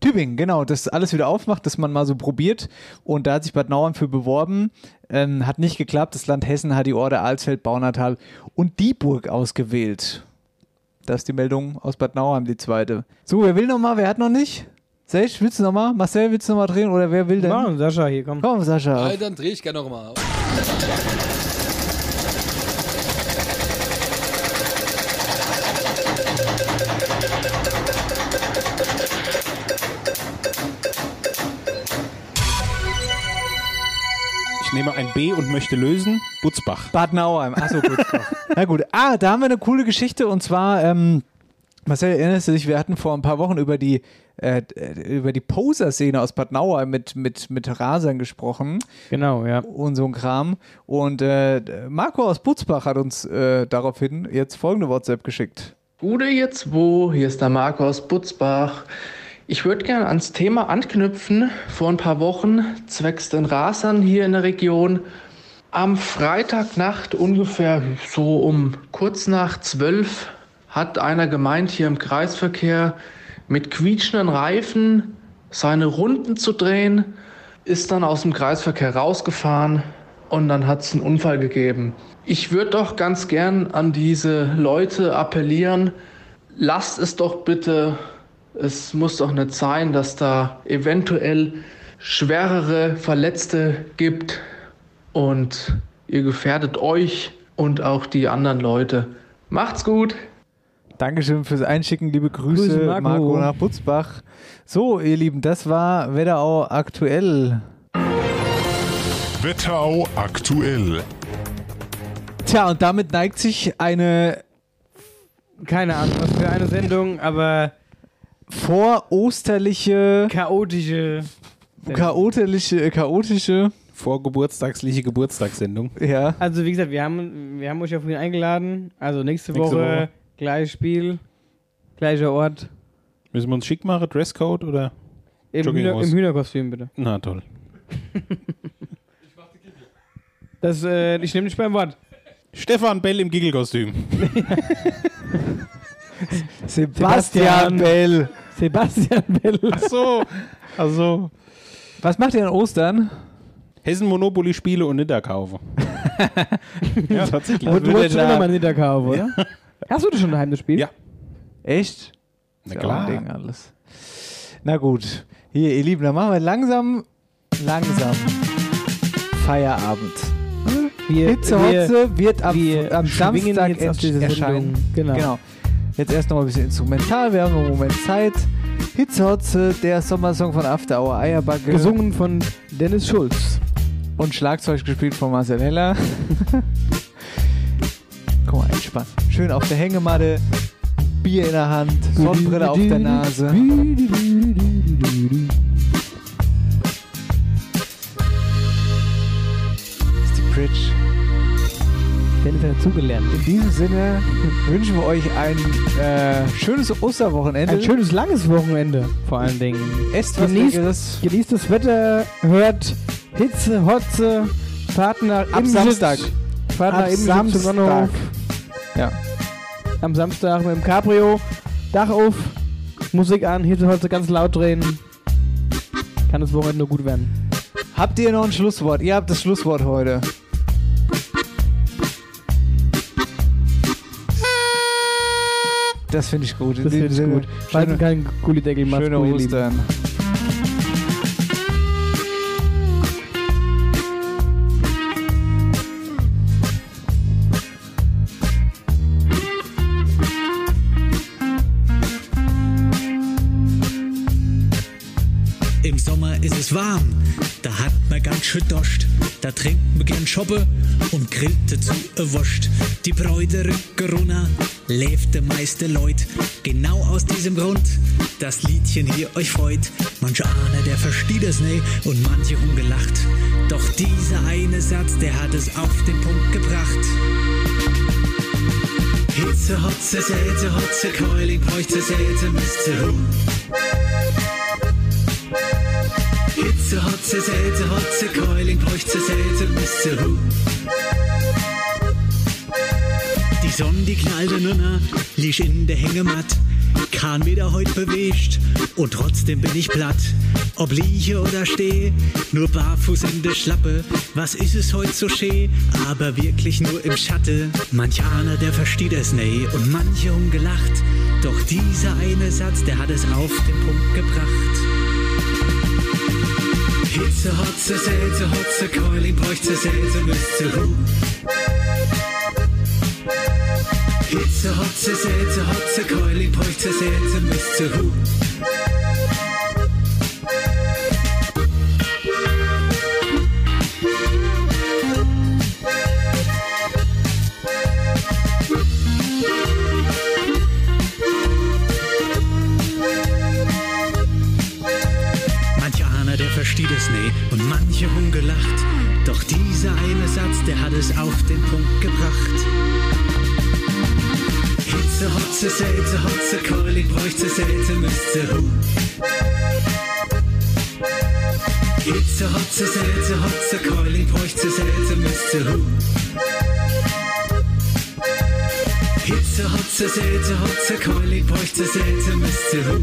Tübingen, genau, dass alles wieder aufmacht, dass man mal so probiert. Und da hat sich Bad Nauheim für beworben. Ähm, hat nicht geklappt. Das Land Hessen hat die Orte Alsfeld, Baunatal und Dieburg ausgewählt. Das ist die Meldung aus Bad Nauheim, die zweite. So, wer will nochmal? Wer hat noch nicht? Sech, willst du nochmal? Marcel, willst du nochmal drehen? Oder wer will denn?
Komm, Sascha, hier, komm.
Komm, Sascha.
Nein, dann drehe ich gerne nochmal.
Ich nehme ein B und möchte lösen. Butzbach.
Bad Nauheim. Achso, Butzbach. Na gut. Ah, da haben wir eine coole Geschichte und zwar, ähm, Marcel, erinnerst du dich, wir hatten vor ein paar Wochen über die, äh, d- über die Poser-Szene aus Bad Nauheim mit, mit, mit Rasern gesprochen.
Genau, ja.
Und so ein Kram. Und äh, Marco aus Butzbach hat uns äh, daraufhin jetzt folgende WhatsApp geschickt.
Gute ihr zwei, hier ist der Marco aus Butzbach. Ich würde gerne ans Thema anknüpfen. Vor ein paar Wochen zwecks den Rasern hier in der Region. Am Freitagnacht ungefähr so um kurz nach zwölf hat einer gemeint, hier im Kreisverkehr mit quietschenden Reifen seine Runden zu drehen, ist dann aus dem Kreisverkehr rausgefahren und dann hat es einen Unfall gegeben. Ich würde doch ganz gern an diese Leute appellieren, lasst es doch bitte, es muss doch nicht sein, dass da eventuell schwerere Verletzte gibt und ihr gefährdet euch und auch die anderen Leute. Macht's gut!
Dankeschön fürs Einschicken, liebe Grüße,
Grüße,
Marco.
Marco.
nach Butzbach. So, ihr Lieben, das war Wetterau aktuell.
Wetterau aktuell.
Tja, und damit neigt sich eine
Keine Ahnung, was für eine Sendung, aber.
Vorosterliche.
Chaotische.
chaotische, chaotische.
Vorgeburtstagsliche Geburtstagssendung.
Ja.
Also, wie gesagt, wir haben, wir haben euch ja vorhin eingeladen. Also, nächste,
Nächste
Woche,
Woche.
gleiches Spiel, gleicher Ort.
Müssen wir uns schick machen? Dresscode oder?
Im, Hühner,
Jogginghose?
Im Hühnerkostüm, bitte.
Na toll.
Das, äh, ich nehme dich beim Wort.
Stefan Bell im Giggelkostüm.
Sebastian Bell.
Sebastian Bell.
Ach so. Also.
Was macht ihr an Ostern?
Hessen Monopoly spiele und niederkaufe. ja, tatsächlich.
Und du wolltest schon immer mal Niederkauf, oder? Hast du das schon daheim gespielt? Ja.
Echt?
Na
Ist ja
klar.
auch ein Ding alles. Na gut. Hier, ihr Lieben, dann machen wir langsam, langsam Feierabend.
Wir-
Hitze
wir-
Hotze wird ab,
wir
am
schwingen
Samstag
jetzt aus
erst-
dieser Sendung.
erscheinen.
Genau.
Jetzt erst noch ein bisschen instrumental. Wir haben einen Moment Zeit. Hitze Hotze, der Sommersong von After Hour Eierbacke.
Gesungen von Dennis Schulz.
Und Schlagzeug gespielt von Marcel Heller. Guck mal, entspannt. Schön auf der Hängematte, Bier in der Hand, Sonnenbrille auf der Nase. Ist die Bridge.
Dennis hat dazugelernt.
In diesem Sinne wünschen wir euch ein äh, schönes Osterwochenende.
Ein schönes langes Wochenende vor allen Dingen.
Esst was Leckeres.
genießt, genießt das Wetter, hört Hitze, Hotze, fahrt nach
Ab
Imsitz,
Samstag.
Fahrt nach
Ab
Imsitz zum
Samstag.
Sonnenhof.
Ja.
Am Samstag mit dem Cabrio, Dach auf, Musik an, Hitze, Hotze ganz laut drehen. Kann das Wochenende nur gut werden.
Habt ihr noch ein Schlusswort? Ihr habt das Schlusswort heute. Das finde ich gut. In
Das
dem
finde ich
Sinne,
gut. Schalten keinen Gullideckel, macht's
Schöne
gut, ihr Lieben.
Ostern.
Im Sommer ist es warm, da hat man ganz schön Dost. Da trinkt man gern Schoppe und grillt dazu eine Wurst. Die Bräutere Corona läuft der meiste Leut. Genau aus diesem Grund, das Liedchen hier euch freut. Manche Ahne, der versteht es nicht und manche rumgelacht. Doch dieser eine Satz, der hat es auf den Punkt gebracht. Hitze, Hotze, Säte, Hotze, Keuling, Bräuchte, Säte, Miste, Hu. Hitze, Hotze, Säte, Hotze, Keuling, Bräuchte, Säte, Miste, Hu. Die Sonne, die knallte nunner, lieg in der Hängematt. Kahn wieder heut bewegt und trotzdem bin ich platt. Ob liege oder steh, nur barfuß in der Schlappe. Was ist es heut so schee, aber wirklich nur im Schatte. Manch einer, der versteht es nee und manche umgelacht. Doch dieser eine Satz, der hat es auf den Punkt gebracht. Hitze, Hotze, Säte, Hotze, Keuling, Bräuchte, Säte, Müsste, Hu. Hitze, Hotze, Säte, Hotze, Keuling, Bräuchte, Säte, Müsste, Hu. Manch einer, der versteht es nie und manche rumgelacht. Doch dieser eine Satz, der hat es auf den Punkt gebracht. Hitze, Hotze, Säte, Hotze, Keulig, Bräuchte, Säte, Müsste, Hu. Hitze, Hotze, Säte, Hotze, Keulig, Bräuchte, Säte, Müsste, Hu. Hitze, Hotze, Säte, Hotze, Keulig, Bräuchte, Säte, Müsste, Hu.